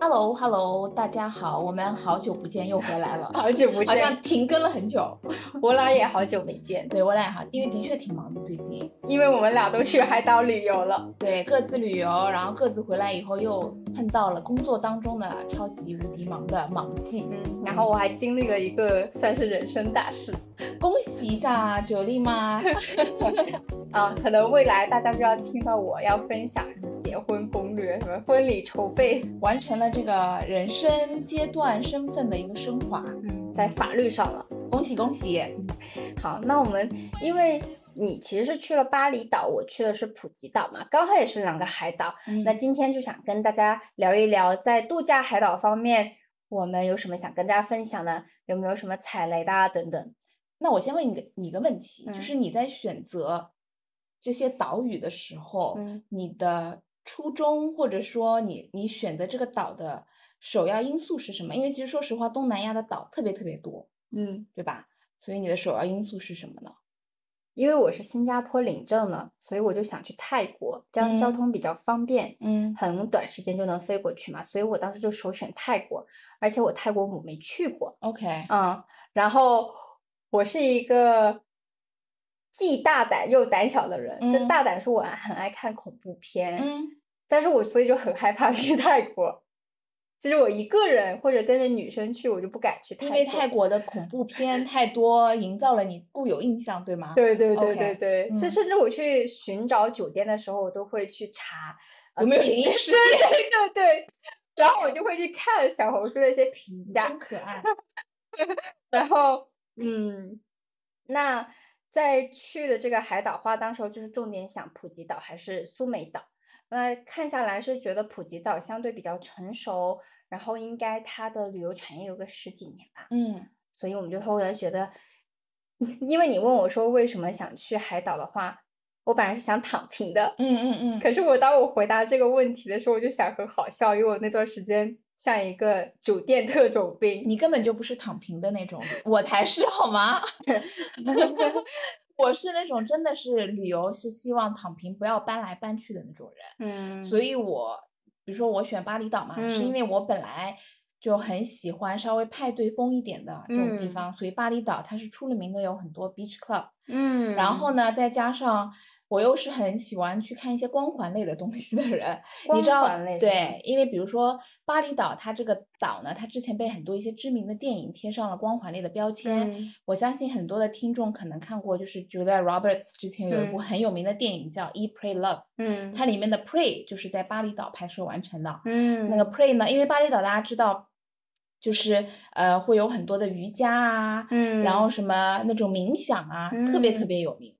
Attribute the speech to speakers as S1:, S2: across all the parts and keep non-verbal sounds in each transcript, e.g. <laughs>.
S1: Hello Hello，大家好，我们好久不见，又回来了，
S2: 好久 <laughs> 不
S1: 好
S2: 见，
S1: 像停更了很久。
S2: 我俩也好久没见，
S1: 对我俩哈，因为的确挺忙的，最近
S2: 因为我们俩都去海岛旅游了。
S1: 对各自旅游，然后各自回来以后又碰到了工作当中的超级无敌忙的忙季。
S2: 嗯，然后我还经历了一个算是人生大事
S1: 恭喜一下九力
S2: <laughs>
S1: 妈，
S2: 啊，可能未来大家就要听到我要分享什么结婚攻略、什么婚礼筹备，
S1: 完成了这个人生阶段身份的一个升华，
S2: 嗯，在法律上了。
S1: 恭喜恭喜！
S2: 好，那我们因为你其实是去了巴厘岛，我去的是普吉岛嘛，刚好也是两个海岛。那
S1: 那
S2: 今天就想跟大家聊一聊，在度假海岛方面，我们有什么想跟大家分享的？有没有什么踩雷的啊？等等。
S1: 那我先问你个你个问题，就
S2: 嗯
S1: 是你在选择这些岛屿的时候，
S2: 嗯
S1: 你的初衷或者说你你选择这个岛的首要因素是什么？因为其实说实话，东南亚的岛特别特别多，
S2: 嗯，
S1: 对吧？所以你的首要因素是什么呢？
S2: 因为我是新加坡领证了，所以我就想去泰国，这样交
S1: 嗯
S2: 通比较方便，
S1: 嗯
S2: 很短时间就能飞过去嘛。所以我当时就首选泰国，而且我泰国我没去过，
S1: ，OK，
S2: 嗯，然后我是一个既大胆又胆小的人，就
S1: 嗯
S2: 大胆是我很爱看恐怖片，
S1: 嗯
S2: 但是我所以就很害怕去泰国， <laughs> 就是我一个人或者跟着女生去，我就不敢去泰
S1: 因
S2: 国，
S1: 为泰国的恐怖片太多，营造了你固有印象，对吗？，
S2: 对对对
S1: OK，
S2: 对对，甚、
S1: 嗯
S2: 甚至我去寻找酒店的时候，我都会去查呃
S1: 有没有灵异
S2: <laughs>
S1: 事
S2: 对
S1: 件？
S2: 对对对，然后我就会去看小红书的一些评
S1: 你
S2: 价
S1: 真，可爱。
S2: 然后嗯，那在去的这个海岛话，当时候就是重点想普吉岛还是苏梅岛。那看下来是觉得普吉岛相对比较成熟，然后应该它的旅游产业有个十几年吧，
S1: 嗯
S2: 所以我们就后来觉得， <laughs> 因为你问我说为什么想去海岛的话，我本来是想躺平的，
S1: 嗯嗯嗯，
S2: 可是我当我回答这个问题的时候，我就想很好笑，因为我那段时间像一个酒店特种兵， <laughs>
S1: 你根本就不是躺平的那种，我才是好吗？ <laughs> 我是那种真的是旅游是希望躺平，不要搬来搬去的那种人，
S2: 嗯
S1: 所以我比如说我选巴厘岛嘛，是因
S2: 嗯
S1: 为我本来。就很喜欢稍微派对风一点的这种地
S2: 嗯
S1: 方，所以巴厘岛它是出了名的有很多 beach club，
S2: 嗯，
S1: 然后呢，再加上我又是很喜欢去看一些光环类的东西的人，你
S2: 光
S1: 知道
S2: 环类，是吗
S1: 对，因为比如说巴厘岛，它这个岛呢，它之前被很多一些知名的电影贴上了光环类的标签。
S2: 嗯
S1: 我相信很多的听众可能看过，就是 Julia Roberts 之前有一部
S2: 嗯
S1: 很有名的电影叫《E Pray Love》，
S2: 嗯
S1: 它里面的 Pray 就是在巴厘岛拍摄完成的。
S2: 嗯
S1: 那个 pray 呢，因为巴厘岛大家知道，就是呃会有很多的瑜伽啊，
S2: 嗯，
S1: 然后什么那种冥想啊，特别特
S2: 嗯
S1: 别有名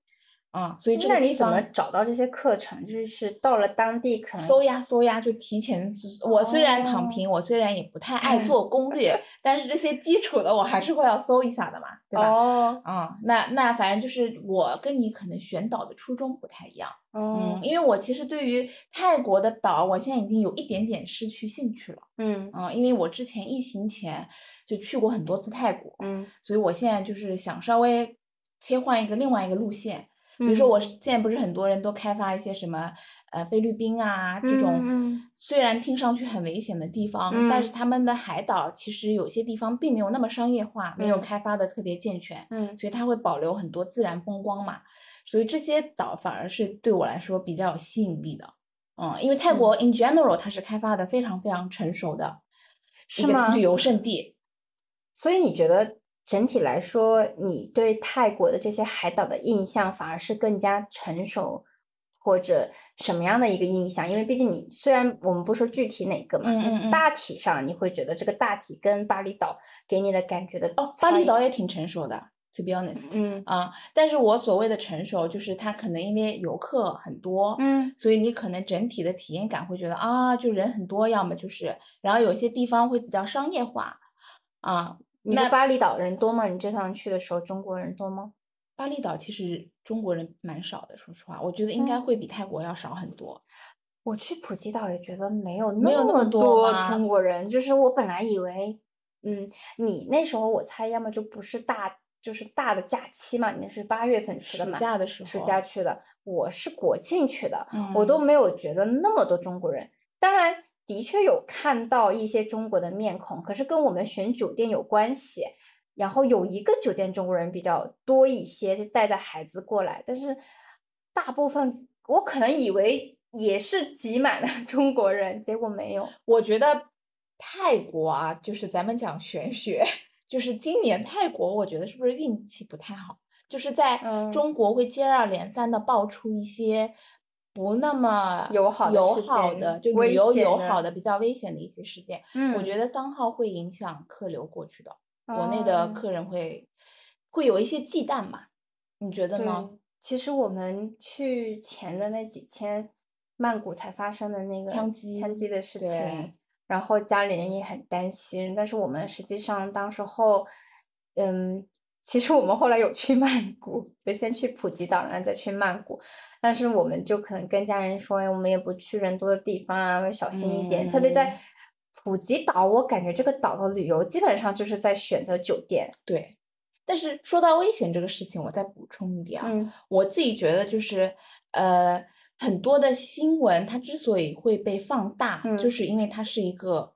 S1: 啊，所以这
S2: 那
S1: 个地
S2: 你怎么
S1: 方。
S2: 找到这些课程？就是到了当地可能哦
S1: 搜呀搜呀，就提前搜。我虽然躺平，我虽然也不太爱做攻
S2: <laughs>
S1: 略，但是这些基础的我还是会要搜一下的嘛，对吧？
S2: 哦，
S1: 啊、那那反正就是我跟你可能选岛的初衷不太一样，嗯
S2: 哦，
S1: 因为我其实对于泰国的岛，我现在已经有一点点失去兴趣了。
S2: 嗯
S1: 嗯，因为我之前疫情前就去过很多次泰国，
S2: 嗯，
S1: 所以我现在就是想稍微切换一个另外一个路线。比如
S2: 嗯
S1: 说，我是现在不是很多人都开发一些什么呃菲律宾啊这种，
S2: 嗯嗯
S1: 虽然听上去很危险的地方，但
S2: 嗯
S1: 是他们的海岛其实有些地方并没有那么商业化，没有
S2: 嗯
S1: 开发的特别健全，
S2: 嗯
S1: 所以它会保留很多自然风光嘛。所以这些岛反而是对我来说比较有吸引力的。嗯，因为泰国 in general 它是开发的非常非常成熟的一
S2: 是
S1: 个
S2: 吗
S1: 旅？游胜地。
S2: 所以你觉得整体来说，你对泰国的这些海岛的印象反而是更加成熟，或者什么样的一个印象？因为毕竟你虽然我们不说具体哪个嘛，
S1: 嗯
S2: 但
S1: 嗯嗯
S2: 大体上你会觉得这个大体跟巴厘岛给你的感觉的
S1: 哦，巴厘
S2: 差异
S1: 岛，也挺成熟的，to be honest。
S2: 嗯
S1: 啊，但是我所谓的成熟，就是它可能因为游客很多，
S2: 嗯
S1: 所以你可能整体的体验感会觉得啊，就人很多，要么就是，然后有些地方会比较商业化，啊，
S2: 你说
S1: 那
S2: 巴厘岛人多吗？你这趟去的时候中国人多吗？
S1: 巴厘岛其实中国人蛮少的，说实话，我觉得应该
S2: 嗯
S1: 会比泰国要少很多。
S2: 我去普吉岛也觉得没有
S1: 没有那么
S2: 么
S1: 多
S2: 多
S1: 吗
S2: 中国人，就是我本来以为，嗯，你那时候我猜要么就不是大就是大的假期嘛，你是八月份去的
S1: 暑
S2: 嘛，
S1: 假的时候，
S2: 暑假去的，我是国庆去的，我
S1: 嗯
S2: 都没有觉得那么多中国人。当然，的确有看到一些中国的面孔，可是跟我们选酒店有关系。然后有一个酒店中国人比较多一些，就带着孩子过来，但是大部分我可能以为也是挤满了 <laughs> 中国人，结果没有。
S1: 我觉得泰国啊，就是咱们讲玄学， <laughs> 就是今年泰国，我觉得是不是运气不太好？就是在
S2: 嗯
S1: 中国会接二连三的爆出一些不那么
S2: 友好的
S1: 友
S2: 事
S1: 好
S2: 件
S1: 的，就
S2: 危
S1: 旅游
S2: 险
S1: 友
S2: 的
S1: 好的、比较危险的一些事件。
S2: 嗯
S1: 我觉得三号会影响客流过去的，国内的
S2: 嗯
S1: 客人会会有一些忌惮嘛？你觉得
S2: 对
S1: 呢？，
S2: 其实我们去前的那几天，曼谷才发生的那个
S1: 枪
S2: 枪
S1: 击
S2: 击的事
S1: 对
S2: 情，然后家里人也很担心，但是我们实际上当时候，嗯，其实我们后来有去 <laughs> 曼谷，就先去普吉岛，然后再去曼谷，但是我们就可能跟家人说，哎，我们也不去人多的地方啊，小心一点，特别在
S1: 嗯。
S2: 普吉岛，我感觉这个岛的旅游基本上就是在选择酒店。
S1: 对。但是说到危险这个事情，我再补充一点啊，
S2: 嗯
S1: 我自己觉得就是，呃，很多的新闻它之所以会被放大，
S2: 嗯
S1: 就是因为它是一个，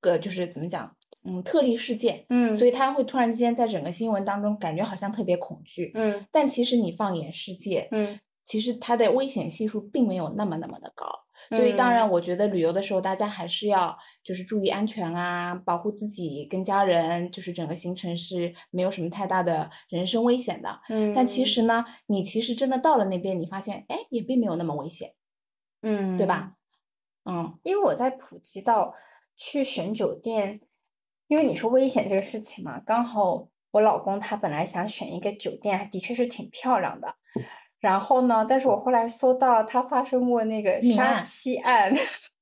S1: 个就是怎么讲，嗯，特例事件，
S2: 嗯，
S1: 所
S2: 以
S1: 以它会突然之间在整个新闻当中感觉好像特别恐惧，
S2: 嗯
S1: 但其实你放眼世界，
S2: 嗯
S1: 其实它的危险系数并没有那么那么的高。所以当然，
S2: 嗯
S1: 我觉得旅游的时候大家还是要就是注意安全啊，保护自己跟家人，就是整个行程是没有什么太大的人身危险的。
S2: 嗯，
S1: 但其实呢，你其实真的到了那边，你发现哎，也并没有那么危险，
S2: 嗯，
S1: 对吧？嗯，
S2: 因为我在普吉岛去选酒店，因为你说危险这个事情嘛，刚好我老公他本来想选一个酒店，还的确是挺漂亮的。
S1: 嗯
S2: 然后呢，但是我后来搜到他发生过那个
S1: 命
S2: 杀
S1: 案
S2: 妻案， <laughs>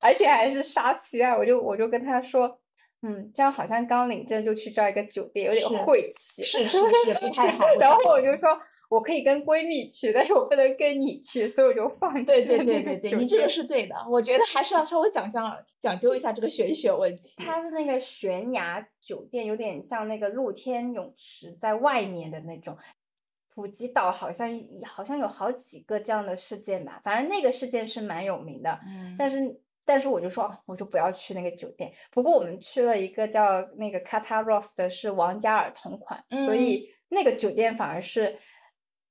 S2: 而且还是杀妻案，我就我就跟他说，嗯，这样好像刚领证就去这样一个酒店，有点
S1: 是
S2: 晦气。
S1: 是是是，不太好。
S2: <laughs>
S1: 不
S2: 然
S1: 太
S2: 后我
S1: 好嗯
S2: 就说，我可以跟闺蜜去，但是我不能跟你去，所以我就放弃
S1: 对对
S2: 了
S1: 对
S2: <laughs> 那
S1: 对
S2: 个
S1: 对，
S2: 酒
S1: 你这个
S2: 店
S1: 是对的，我觉得还是要稍微讲讲讲究一下这个玄学问题。
S2: 它是那个悬崖酒店，有点像那个露天泳池在外面的那种。普吉岛好像一好像有好几个这样的事件吧，反正那个事件是蛮有名的。
S1: 嗯，
S2: 但是但是我就说，哦我就不要去那个酒店。不过我们去了一个叫那个 Kata Ross 的，是王嘉尔同款，所
S1: 嗯
S2: 以那个酒店反而是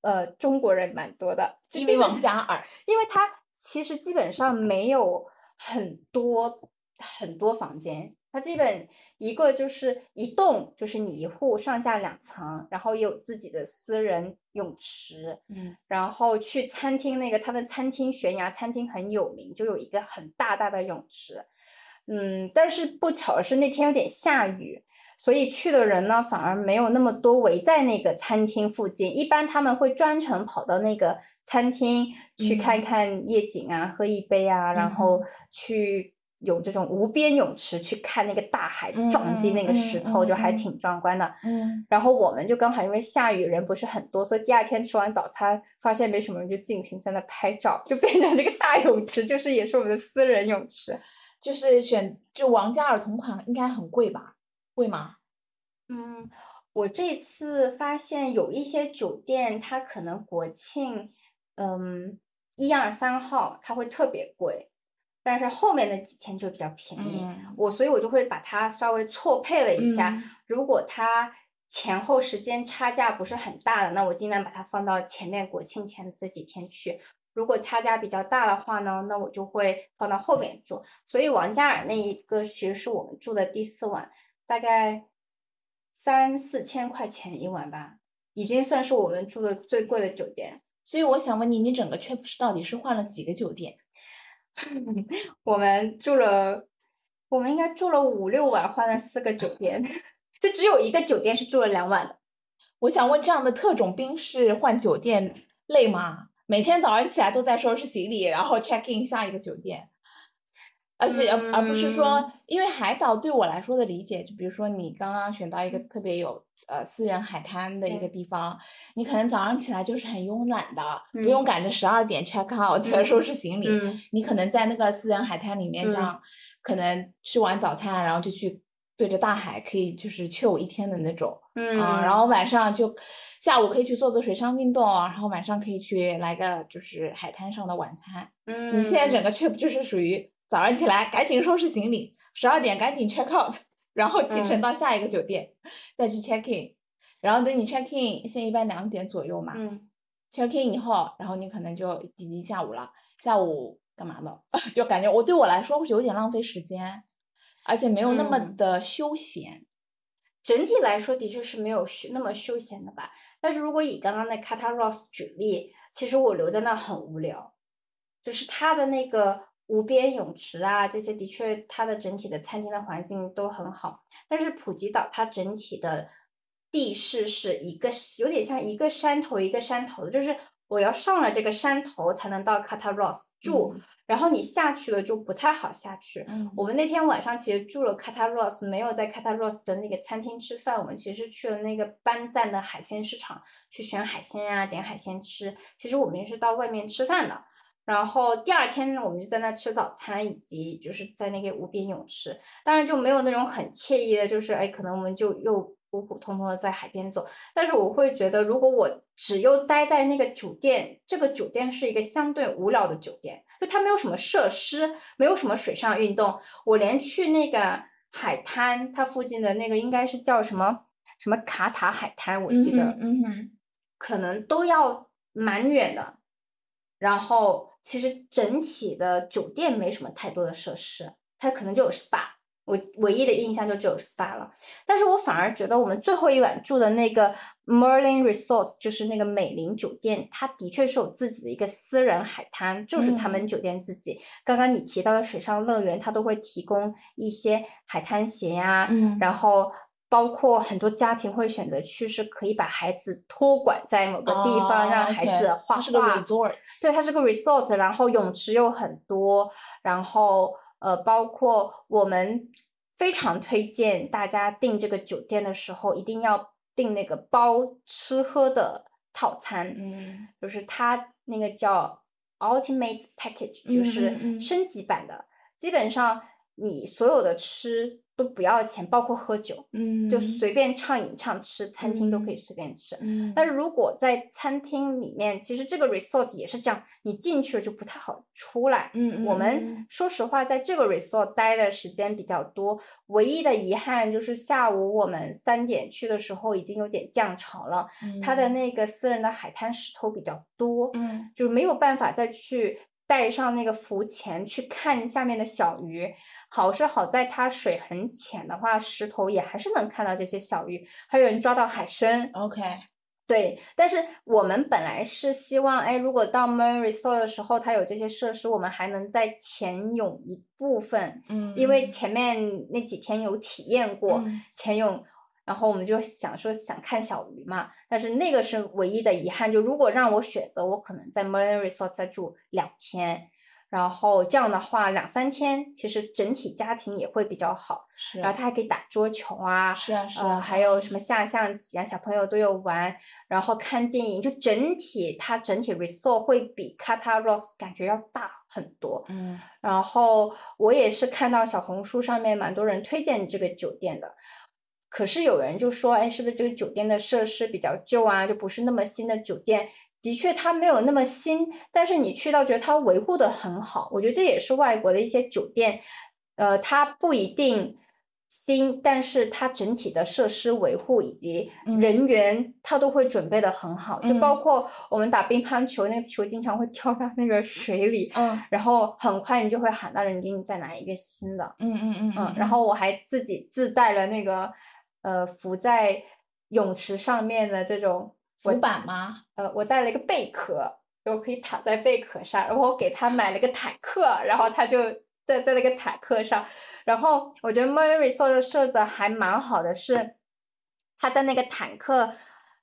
S2: 呃中国人蛮多的，就
S1: 因
S2: 基
S1: 为
S2: 本
S1: 王嘉尔，
S2: 因为它其实基本上没有很多很多房间，它基本一个就是一栋，就是你一户上下两层，然后有自己的私人泳池，
S1: 嗯
S2: 然后去餐厅那个它的餐厅悬崖餐厅很有名，就有一个很大大的泳池，嗯，但是不巧的是那天有点下雨。所以去的人呢，反而没有那么多围在那个餐厅附近。一般他们会专程跑到那个餐厅去
S1: 嗯
S2: 看看夜景啊，喝一杯啊，然
S1: 嗯
S2: 后去有这种无边泳池去看那个大海
S1: 嗯
S2: 撞击
S1: 嗯
S2: 那个石
S1: 嗯
S2: 头，就
S1: 嗯
S2: 还
S1: 嗯
S2: 挺壮观的。
S1: 嗯，
S2: 然后我们就刚好因为下雨，人不是很多，所以第二天吃完早餐，发现没什么人，就尽情在那拍照，就变成这个大泳池，就是也是我们的私人泳池。
S1: 就是选就王嘉尔同款应该很贵吧？贵吗？
S2: 嗯，我这次发现有一些酒店，它可能国庆，嗯，一二三号它会特别贵，但是后面的几天就比较便宜。
S1: 嗯，
S2: 我所以，我就会把它稍微错配了一下。
S1: 嗯
S2: 如果它前后时间差价不是很大的，那我尽量把它放到前面国庆前的这几天去。如果差价比较大的话呢，那我就会放到后面住。所以王嘉尔那一个其实是我们住的第四晚，大概三四千块钱一晚吧，已经算是我们住的最贵的酒店。
S1: 所以我想问你，你整个 trip 是到底是换了几个酒店？
S2: 我们住了，我们应该住了五六晚，换了四个酒店， <laughs> 就只有一个酒店是住了两晚的。
S1: 我想问，这样的特种兵是换酒店累吗？每天早上起来都在收拾行李，然后 check in 下一个酒店，而且、而而不是说
S2: 嗯，
S1: 因为海岛对我来说的理解，就比如说你刚刚选到一个特别有呃私人海滩的一个
S2: 对
S1: 地方，你可能早上起来就是很慵懒的，不用
S2: 嗯
S1: 赶着十二点 check out 收拾行李，
S2: 嗯
S1: 你可能在那个私人海滩里面，这
S2: 嗯
S1: 样可能吃完早餐，然后就去对着大海可以就是 chill 一天的那种，
S2: 嗯
S1: 啊，然后晚上就下午可以去做做水上运动啊，然后晚上可以去来个就是海滩上的晚餐。
S2: 嗯，
S1: 你现在整个 trip 就是属于早上起来赶紧收拾行李，十二点赶紧 check out，然 <laughs> 后启程
S2: 嗯
S1: 到下一个酒店、再去 check in，然后等你 check in，现在一般两点左右嘛、
S2: 嗯
S1: c h e c k in 以后，然后你可能就已经下午了，下午干嘛呢？ <laughs> 就感觉我对我来说会有点浪费时间，而且没有那么
S2: 嗯
S1: 的休闲。
S2: 整体来说的确是没有休那么休闲的吧。但是如果以刚刚的 Kata Ross 举例，其实我留在那很无聊，就是它的那个无边泳池啊，这些的确它的整体的餐厅的环境都很好。但是普吉岛它整体的地势是一个有点像一个山头一个山头的，就是我要上了这个山头才能到 Kata Ross 住，然后你下去了就不太好下去。
S1: 嗯，
S2: 我们那天晚上其实住了 Kata Ross，没有在 Kata Ross 的那个餐厅吃饭，我们其实去了那个班赞的海鲜市场去选海鲜啊，点海鲜吃。其实我们是到外面吃饭的。然后第二天呢，我们就在那吃早餐，以及就是在那个无边泳池，当然就没有那种很惬意的，就是哎，可能我们就又普普通通的在海边走。但是我会觉得，如果我只又待在那个酒店，这个酒店是一个相对无聊的酒店，就它没有什么设施，没有什么水上运动，我连去那个海滩，它附近的那个应该是叫什么什么卡塔海滩，我
S1: 嗯
S2: 记得、
S1: 哼嗯哼，
S2: 可能都要蛮远的。然后其实整体的酒店没什么太多的设施，它可能就有 SPA。我唯一的印象就只有 SPA 了，但是我反而觉得我们最后一晚住的那个 Merlin Resort，就是那个美林酒店，它的确是有自己的一个私人海滩，就是他们酒店自己。刚刚你提到的水上乐园，它都会提供一些海滩鞋呀、
S1: 嗯
S2: 然后包括很多家庭会选择去，是可以把孩子托管在某个地方，让孩子画画。
S1: 哦是个 resort，
S2: 对，它是个 resort，然后泳池又很多，然后呃，包括我们非常推荐大家订这个酒店的时候，一定要订那个包吃喝的套餐。
S1: 嗯，
S2: 就是它那个叫 Ultimate Package，
S1: 嗯
S2: 就
S1: 嗯
S2: 是
S1: 嗯
S2: 升级版的。基本上你所有的吃都不要钱，包括喝酒，
S1: 嗯
S2: 就随便畅饮畅吃，餐厅都可以随便吃。
S1: 嗯，
S2: 但是如果在餐厅里面，其实这个 resort 也是这样，你进去了就不太好出来。
S1: 嗯，
S2: 我
S1: 嗯
S2: 们说实话，在这个 resort 待的时间比较多，唯一的遗憾就是下午我们三点去的时候已经有点降潮了，它的，那个私人的海滩石头比较多，
S1: 嗯
S2: 就没有办法再去带上那个浮潜去看下面的小鱼。好是好在它水很浅的话，石头也还是能看到这些小鱼，还有人抓到海参。
S1: 嗯，OK，
S2: 对，但是我们本来是希望，哎，如果到 Marine Resort 的时候，它有这些设施，我们还能再潜泳一部分，
S1: 嗯，
S2: 因为前面那几天有体验过，
S1: 嗯
S2: 潜泳，然后我们就想说想看小鱼嘛，但是那个是唯一的遗憾。就如果让我选择，我可能在 Marina Resort 再住两天，然后这样的话两三天，其实整体家庭也会比较好。
S1: 是，
S2: 然后他还可以打桌球啊，
S1: 是啊是
S2: 呃，
S1: 啊，
S2: 还有什么下象棋啊，小朋友都有玩，然后看电影，就整体它整体 resort 会比 Kata Rocks 感觉要大很多。
S1: 嗯
S2: 然后我也是看到小红书上面蛮多人推荐这个酒店的，可是有人就说，哎，是不是这个酒店的设施比较旧啊，就不是那么新的酒店？的确，它没有那么新，但是你去到觉得它维护的很好，我觉得这也是外国的一些酒店，呃，它不一定新，但是它整体的设施维护以及
S1: 嗯
S2: 人员，它都会准备的很好，就包括我们打乒乓球，那个球经常会掉到那个水里，
S1: 嗯
S2: 然后很快你就会喊到人给你再拿一个新的，
S1: 嗯嗯
S2: 嗯，然后我还自己自带了那个呃浮在泳池上面的这种我
S1: 浮板吗？
S2: 呃，我带了一个贝壳，我可以躺在贝壳上，然后我给他买了个坦克，然后他就在在那个坦克上，然后我觉得 Mary 说的设的还蛮好的是，他在那个坦克。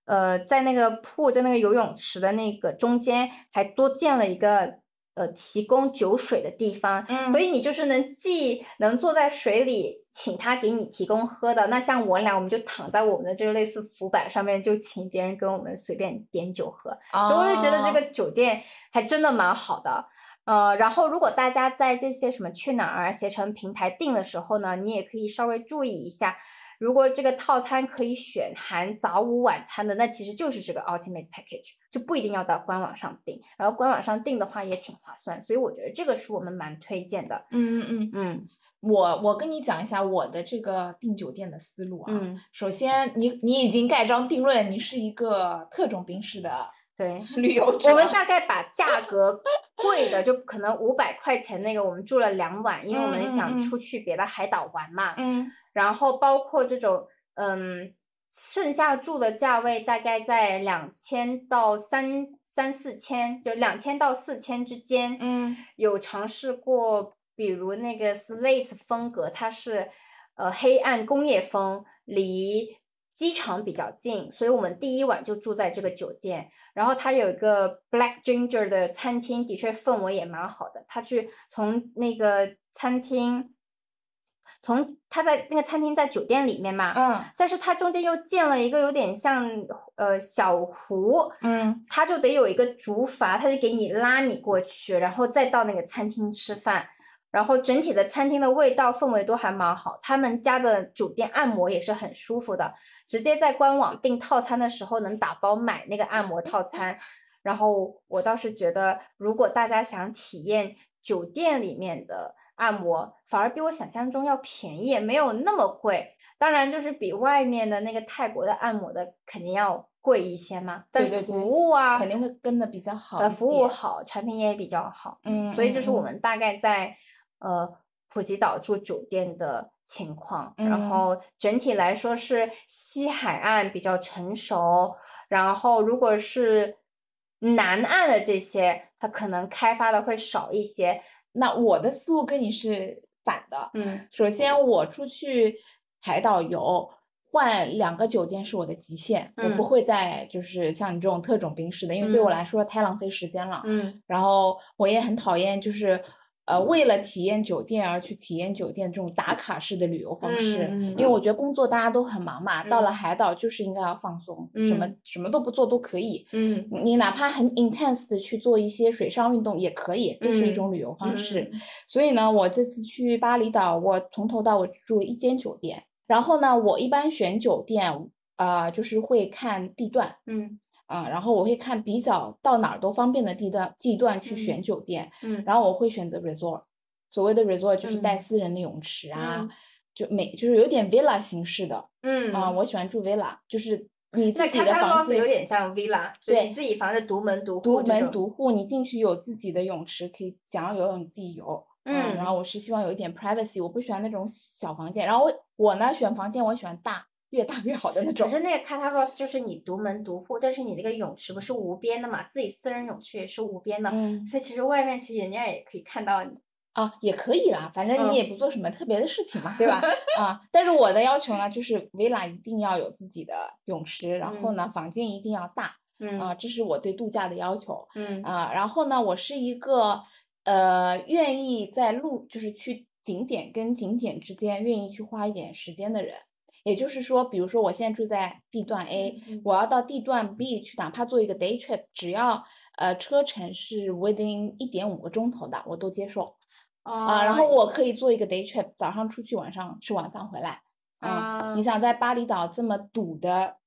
S2: 呃，在那个铺在那个游泳池的那个中间，还多建了一个呃提供酒水的地方，嗯
S1: 嗯
S2: 所以你就是能既能坐在水里，请他给你提供喝的。那像我俩，我们就躺在我们的这个类似浮板上面，就请别人跟我们随便点酒喝。所以我就觉得这
S1: 哦
S2: 个酒店还真的蛮好的。呃，然后如果大家在这些什么去哪儿啊、携程平台订的时候呢，你也可以稍微注意一下，如果这个套餐可以选含早午晚餐的，那其实就是这个 Ultimate Package，就不一定要到官网上订。然后官网上订的话也挺划算，所以我觉得这个是我们蛮推荐的。
S1: 嗯嗯嗯，
S2: 嗯
S1: 我我跟你讲一下我的这个订酒店的思路啊。
S2: 嗯，
S1: 首先你，你已经盖章定论，你是一个特种兵式的 <laughs>
S2: 对。
S1: 旅游者。
S2: 我们大概把价格贵的，就可能五百块钱那个，我们住了两晚，因为
S1: 嗯
S2: 我
S1: 嗯
S2: 们想
S1: 嗯
S2: 出去别的海岛玩嘛。
S1: 嗯
S2: 然后包括这种，嗯，剩下住的价位大概在两千到三三四千，就两千到四千之间。
S1: 嗯
S2: 有尝试过，比如那个 Slate 风格，它是呃黑暗工业风，离机场比较近，所以我们第一晚就住在这个酒店。然后它有一个 Black Ginger 的餐厅，的确氛围也蛮好的。他去从那个餐厅，从他在那个餐厅在酒店里面嘛， <laughs>
S1: 嗯
S2: 但是它中间又建了一个有点像呃小湖，
S1: 嗯
S2: 他就得有一个竹筏，他就给你拉你过去，然后再到那个餐厅吃饭。然后整体的餐厅的味道氛围都还蛮好，他们家的酒店按摩也是很舒服的，直接在官网订套餐的时候能打包买那个按摩套餐。然后我倒是觉得，如果大家想体验酒店里面的按摩，反而比我想象中要便宜，也没有那么贵。当然，就是比外面的那个泰国的按摩的肯定要贵一些嘛，但
S1: 对对
S2: 服
S1: 对
S2: 务啊，
S1: 肯定会跟的比较好
S2: 呃，
S1: 一
S2: 服务
S1: 点
S2: 好，产品也比较好，
S1: 嗯，
S2: 所以这是我
S1: 嗯
S2: 们大概在呃普吉岛住酒店的情况。
S1: 嗯
S2: 然后整体来说是西海岸比较成熟，然后如果是南岸的这些，它可能开发的会少一些。
S1: 那我的思路跟你是反的。
S2: 嗯
S1: 首先，我出去海岛游，换两个酒店是我的极限，我不
S2: 嗯
S1: 会再就是像你这种特种兵似的，因为对我
S2: 嗯
S1: 来说太浪费时间了。
S2: 嗯
S1: 然后我也很讨厌就是。呃，为了体验酒店而去体验酒店这种打卡式的旅游方式，
S2: 嗯嗯
S1: 因为
S2: 嗯
S1: 我觉得工作大家都很忙嘛，到了
S2: 嗯
S1: 海岛就是应该要放松，什么
S2: 嗯
S1: 什么都不做都可以，
S2: 嗯，
S1: 你哪怕很 intense 的去做一些水上运动也可以，这是一
S2: 嗯
S1: 种旅游方式。
S2: 嗯
S1: 所以呢，我这次去巴厘岛，我从头到尾只住了一间酒店。然后呢，我一般选酒店，呃，就是会看地段
S2: 嗯
S1: 啊、然后我会看比较到哪儿都方便的地段地段去选
S2: 嗯
S1: 酒店，
S2: 嗯
S1: 然后我会选择 resort。所谓的 resort 就是带
S2: 嗯
S1: 私人的泳池啊，
S2: 嗯
S1: 就每就是有点 villa 形式的
S2: 嗯
S1: 啊、我喜欢住 villa，就是你自
S2: 那
S1: 己
S2: 它
S1: 的
S2: 它
S1: 房
S2: 貌似
S1: 子
S2: 有点像 villa，就是
S1: 对
S2: 你自己房子独门独
S1: 独
S2: 户这
S1: 门
S2: 种。
S1: 独户，你进去有自己的泳池，可以想要游泳你自己游。
S2: 嗯
S1: 然后我是希望有一点 privacy，我不喜欢那种小房间。然后我我呢选房间，我喜欢大，越大越好的那
S2: 可
S1: 种。
S2: 是那个 c a t a l o s 就是你独门独户，但是你那个泳池不是无边的嘛，自己私人泳池也是无边的，
S1: 嗯
S2: 所以其实外面其实人家也可以看到你。
S1: 啊，也可以啦，反正你
S2: 嗯
S1: 也不做什么特别的事情嘛，对吧？啊，但是我的要求呢，就是 villa 一定要有自己的泳池，然后呢，房间一定要大
S2: 嗯
S1: 啊，这是我对度假的要求
S2: 嗯
S1: 啊。然后呢，我是一个呃愿意在路就是去景点跟景点之间愿意去花一点时间的人。也就是说，比如说我现在住在地段 A，、
S2: 嗯
S1: 我要到地段 B 去，哪怕做一个 day trip，只要呃车程是 within 一点五个钟头的，我都接受。啊，然后我可以做一个 day trip，早上出去，晚上吃晚饭回来。啊，你
S2: 啊
S1: 想在巴厘岛这么堵的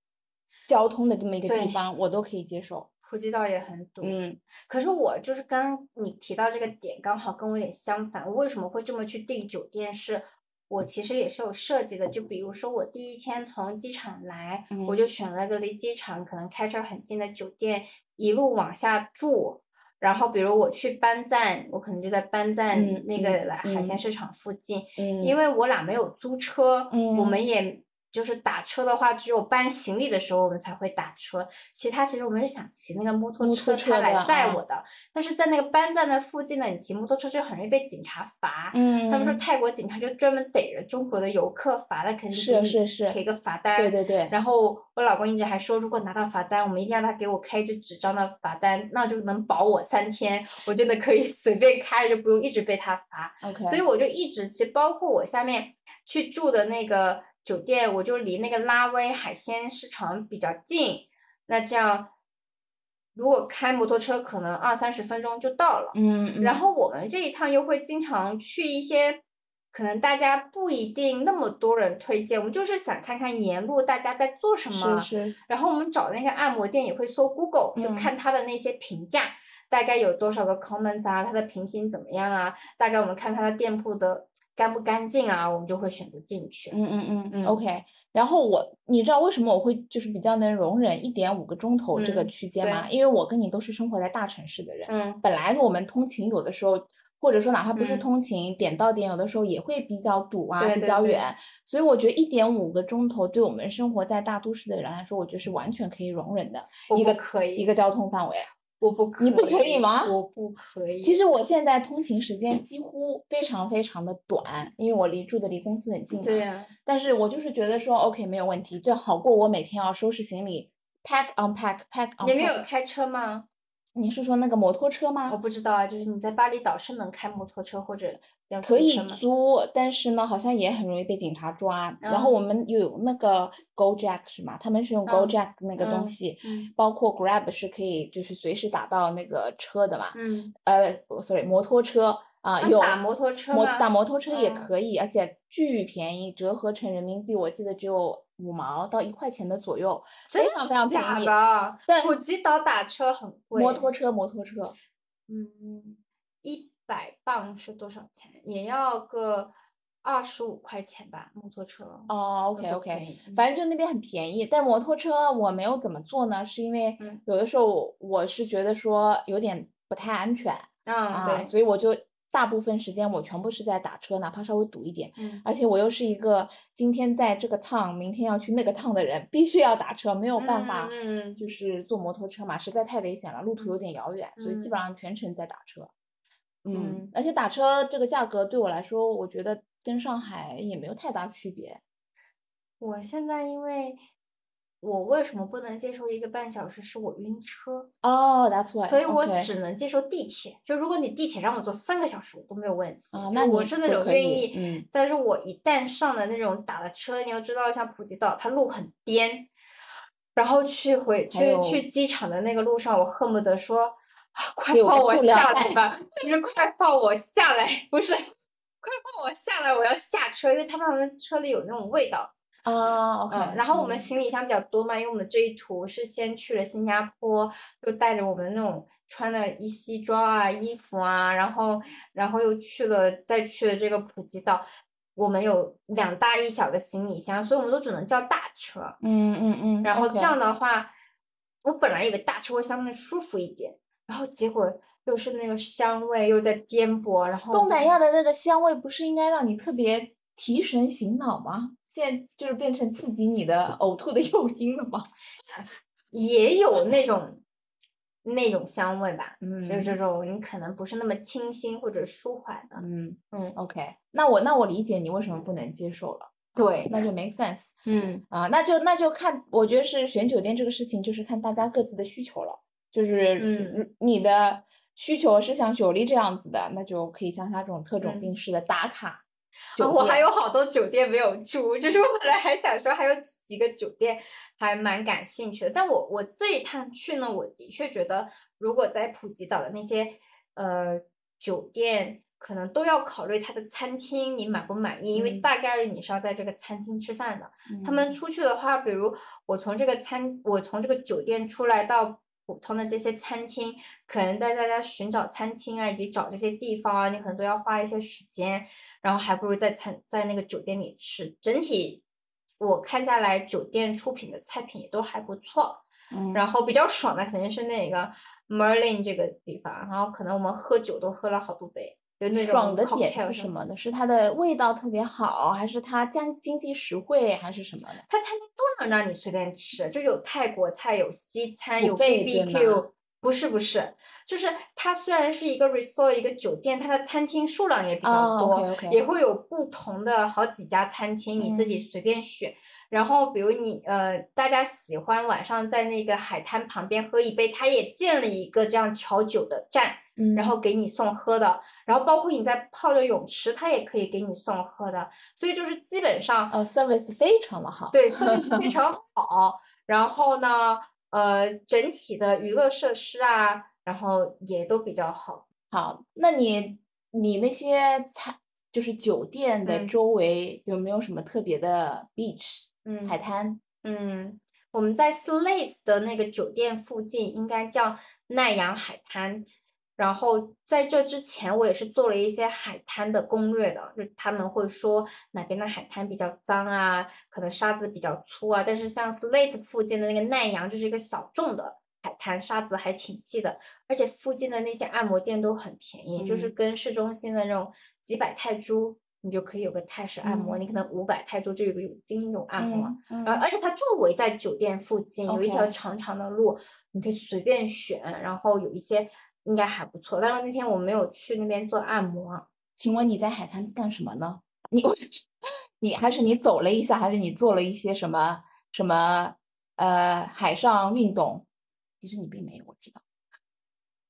S1: 交通的这么一个地
S2: 对
S1: 方，我都可以接受。
S2: 普吉岛也很堵，
S1: 嗯
S2: 可是我就是刚你提到这个点，刚好跟我有点相反。我为什么会这么去订酒店是？我
S1: 嗯
S2: 其实也是有设计的，就比如说我第一天从机场来，我
S1: 嗯
S2: 就选了个离机场可能开车很近的酒店，一路往下住。然后比如我去班赞，我可能就在班赞
S1: 嗯
S2: 那
S1: 嗯
S2: 个来海
S1: 嗯
S2: 鲜市场附近，
S1: 嗯，
S2: 因为我俩没有租车，我
S1: 嗯
S2: 们也就是打车的话，只有搬行李的时候我们才会打车。其他其实我们是想骑那个摩托
S1: 摩
S2: 车，
S1: 托车
S2: 它来
S1: 的
S2: 载
S1: 啊
S2: 我的。但是在那个班站的附近呢，你骑摩托车就很容易被警察罚。
S1: 嗯，
S2: 他们说泰国警察就专门逮着中国的游客罚，那肯定
S1: 是
S2: 给你
S1: 是是
S2: 给个罚单。
S1: 对对对，
S2: 然后我老公一直还说，如果拿到罚单，我们一定要他给我开一张纸张的罚单，那就能保我三天，我真的可以随便开，就不用一直被他罚。
S1: OK，
S2: 所以我就一直，其实包括我下面去住的那个酒店，我就离那个拉威海鲜市场比较近。那这样如果开摩托车，可能二三十分钟就到了。
S1: 嗯，
S2: 然
S1: 嗯
S2: 后我们这一趟又会经常去一些可能大家不一定那么多人推荐，我们就是想看看沿路大家在做什么。
S1: 是是，
S2: 然后我们找那个按摩店也会搜 Google，就
S1: 嗯
S2: 看它的那些评价，大概有多少个 comments 啊，它的评星怎么样啊？大概我们看看它店铺的干不干净啊，我们就会选择进去。
S1: 嗯嗯
S2: 嗯
S1: 嗯，OK。然后我，你知道为什么我会就是比较能容忍一点五个钟头这个
S2: 嗯
S1: 区间
S2: 对
S1: 吗？因为我跟你都是生活在大城市的人，
S2: 嗯
S1: 本来我们通勤有的时候，或者说哪怕不是
S2: 嗯
S1: 通勤，点到点有的时候也会比较堵啊，
S2: 对
S1: 比
S2: 对
S1: 较
S2: 对
S1: 远，所以我觉得一点五个钟头对我们生活在大都市的人来说，我觉得是完全可以容忍的
S2: 我
S1: 一
S2: 不
S1: 个
S2: 可以，
S1: 一个交通范围。
S2: 我不可以，
S1: 你不可以吗
S2: 我不可以。
S1: 其实我现在通勤时间几乎非常非常的短，因为我离住的离公司很近嘛。
S2: 对呀、
S1: 但是我就是觉得说，OK，没有问题，这好过我每天要收拾行李，pack unpack pack unpack。
S2: 你们有开车吗？
S1: 你是说那个摩托车吗？
S2: 我不知道啊，就是你在巴厘岛是能开摩托车或者辆
S1: 可
S2: 推
S1: 以
S2: 车吗？
S1: 租，但是呢，好像也很容易被警察抓。然后我们有那个 GoJack 是吗？他们是用
S2: 哦嗯
S1: GoJack 那个
S2: 嗯
S1: 东西，
S2: 嗯
S1: 包括 Grab 是可以就是随时打到那个车的嘛。
S2: 嗯，
S1: 呃不，sorry，摩托车啊、
S2: 能
S1: 有
S2: 打摩托车
S1: 摩
S2: 吗
S1: 打摩托车也
S2: 嗯
S1: 可以，而且巨便宜，折合成人民币我记得只有五毛到一块钱的左右，非常非常便
S2: 假
S1: 宜。
S2: 的，
S1: 对
S2: 普吉岛打车很贵。
S1: 摩托车，摩托车，
S2: 嗯，一百磅是多少钱？也要个二十五块钱吧，摩托车。
S1: 哦，OK
S2: 那不
S1: OK，
S2: 便宜嗯
S1: 反正就那边很便宜，但是摩托车我没有怎么坐呢，是因为
S2: 嗯
S1: 有的时候我是觉得说有点不太安全
S2: 嗯，
S1: 啊，
S2: 对，
S1: 所以我就大部分时间我全部是在打车，哪怕稍微堵一点，
S2: 嗯，
S1: 而且我又是一个今天在这个趟，明天要去那个趟的人，必须要打车，没有办法，
S2: 嗯嗯
S1: 就是坐摩托车嘛，实在太危险了，路途有点遥远，所以基本上全程在打车。
S2: 嗯
S1: 而且打车这个价格对我来说，我觉得跟上海也没有太大区别。
S2: 我现在因为我为什么不能接受一个半小时？是我晕车，
S1: 哦、t h a t s why，
S2: 所以我
S1: OK
S2: 只能接受地铁。就如果你地铁让我坐三个小时，我都没有问题。
S1: 啊
S2: 就
S1: 那
S2: 我
S1: 你
S2: 是那
S1: 就
S2: 种
S1: 可
S2: 愿
S1: 以
S2: 意，
S1: 嗯
S2: 但是我一旦上了那种打了车，你要知道，像普吉岛它路很颠，然后去回
S1: 还
S2: 去
S1: 有
S2: 去机场的那个路上，我恨不得说，啊快
S1: 给我
S2: 放
S1: 个
S2: 我
S1: 塑料
S2: 下来
S1: 袋
S2: 吧，就是快放我下来，不是，快放我下来，我要下车，因为他们车里有那种味道。
S1: 啊，OK，
S2: 嗯，然后我们
S1: 嗯
S2: 行李箱比较多嘛，因为我们这一途是先去了新加坡，又带着我们那种穿的一西装啊、衣服啊，然后然后又去了，再去了这个普吉岛，我们有两大一小的行李箱，所以我们都只能叫大车。
S1: 嗯嗯嗯，
S2: 然后
S1: OK
S2: 这样的话，我本来以为大车会相对舒服一点，然后结果又是那个香味又在颠簸，然后
S1: 东南亚的那个香味不是应该让你特别提神醒脑吗？现在就是变成刺激你的呕吐的诱因了吗？
S2: 也有那种那种香味吧。就是这
S1: 嗯
S2: 种你可能不是那么清新或者舒缓的。
S1: 嗯
S2: 嗯
S1: ，OK，那我那我理解你为什么不能接受了，
S2: 对
S1: 那就 make sense
S2: 嗯
S1: 啊，那就那就看，我觉得是选酒店这个事情，就是看大家各自的需求了，就是
S2: 嗯
S1: 你的需求是像九黎这样子的，那就可以像他这种特种
S2: 嗯
S1: 兵式的打卡
S2: 啊
S1: 酒
S2: 我还
S1: 店
S2: 有好多酒店没有住，就是我本来还想说还有几个酒店还蛮感兴趣的，但我我这一趟去呢，我的确觉得如果在普吉岛的那些呃酒店。可能都要考虑它的餐厅你满不满意，因为
S1: 嗯
S2: 大概率你是要在这个餐厅吃饭的。他们
S1: 嗯
S2: 出去的话，比如我从这个餐，我从这个酒店出来到普通的这些餐厅，可能带大家寻找餐厅啊，以及找这些地方啊，你可能都要花一些时间，然后还不如在餐在那个酒店里吃。整体我看下来，酒店出品的菜品也都还不错，
S1: 嗯
S2: 然后比较爽的肯定是那个 Merlin 这个地方，然后可能我们喝酒都喝了好多杯，就那种
S1: 爽的点
S2: cocktail
S1: 是什
S2: 么。
S1: 么呢？是它的味道特别好，还是它经经济实惠，还是什么的？
S2: 它餐厅都能让你随便吃，就有泰国菜，有西餐，有
S1: Buffet 对
S2: BBQ
S1: 吗。
S2: 不是不是，就是它虽然是一个 resort 一个酒店，它的餐厅数量也比较
S1: 哦
S2: 多，
S1: ，OK，OK
S2: 也会有不同的好几家餐厅，你自己
S1: 嗯
S2: 随便选。然后比如你呃，大家喜欢晚上在那个海滩旁边喝一杯，它也建了一个这样调酒的站，
S1: 嗯
S2: 然后给你送喝的，然后包括你在泡着泳池，它也可以给你送喝的，所以就是基本上
S1: 呃，service 非常的好。
S2: 对，色味是非常好。然后呢，呃，整体的娱乐设施啊，然后也都比较好。
S1: 好，那你你那些餐就是酒店的
S2: 嗯
S1: 周围有没有什么特别的 beach
S2: 嗯
S1: 海滩？
S2: 嗯，我们在 Slade 的那个酒店附近，应该叫奈阳海滩。然后在这之前，我也是做了一些海滩的攻略的，就他们会说哪边的海滩比较脏啊，可能沙子比较粗啊。但是像 Slade 附近的那个奈阳就是一个小众的海滩，沙子还挺细的，而且附近的那些按摩店都很便宜，就是
S1: 嗯
S2: 跟市中心的那种几百泰铢，你就可以有个泰式按摩，你可能五百泰铢就有个泳巾那种按摩。
S1: 嗯，嗯
S2: 然后而且它周围在酒店附近有一条
S1: OK
S2: 长长的路，你可以随便选，然后有一些应该还不错。但是那天我没有去那边做按摩，
S1: 请问你在海滩干什么呢？你 <laughs> 你还是你走了一下，还是你做了一些什么什么呃海上运动？其实你并没有，我知道。 <laughs>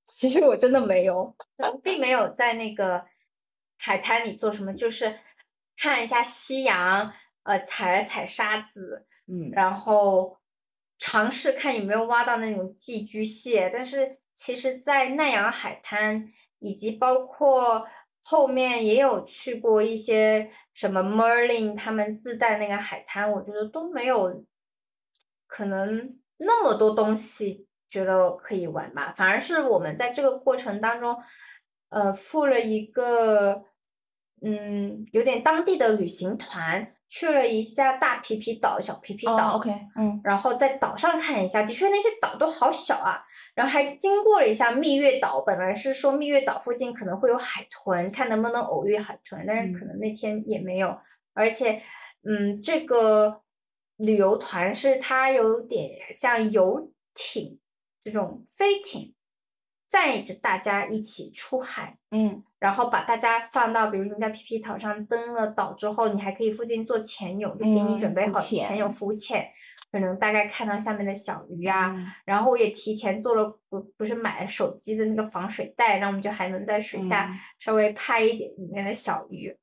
S2: 其实我真的没有，我并没有在那个海滩里做什么，就是看一下夕阳，呃，踩了踩沙子，
S1: 嗯，
S2: 然后尝试看有没有挖到那种寄居蟹，但是其实，在奈良海滩以及包括后面也有去过一些什么 Merlin 他们自带那个海滩，我觉得都没有可能那么多东西觉得可以玩吧，反而是我们在这个过程当中，呃，付了一个嗯有点当地的旅行团去了一下大皮皮岛、小皮皮
S1: 哦
S2: 岛。
S1: ，OK，嗯，
S2: 然后在岛上看一下，的确那些岛都好小啊。然后还经过了一下蜜月岛，本来是说蜜月岛附近可能会有海豚，看能不能偶遇海豚，但是可
S1: 嗯
S2: 能那天也没有。而且，嗯，这个旅游团是它有点像游艇这种飞艇，载着大家一起出海，
S1: 嗯，
S2: 然后把大家放到，比如你在 PP 岛上登了岛之后，你还可以附近做潜泳，就给你
S1: 嗯
S2: 准备
S1: 浮
S2: 好潜
S1: 潜
S2: 泳浮潜，可能大概看到下面的小鱼啊。
S1: 嗯
S2: 然后我也提前做了，不不是买了手机的那个防水袋，然后我们就还能在水下
S1: 嗯
S2: 稍微拍一点里面的小鱼。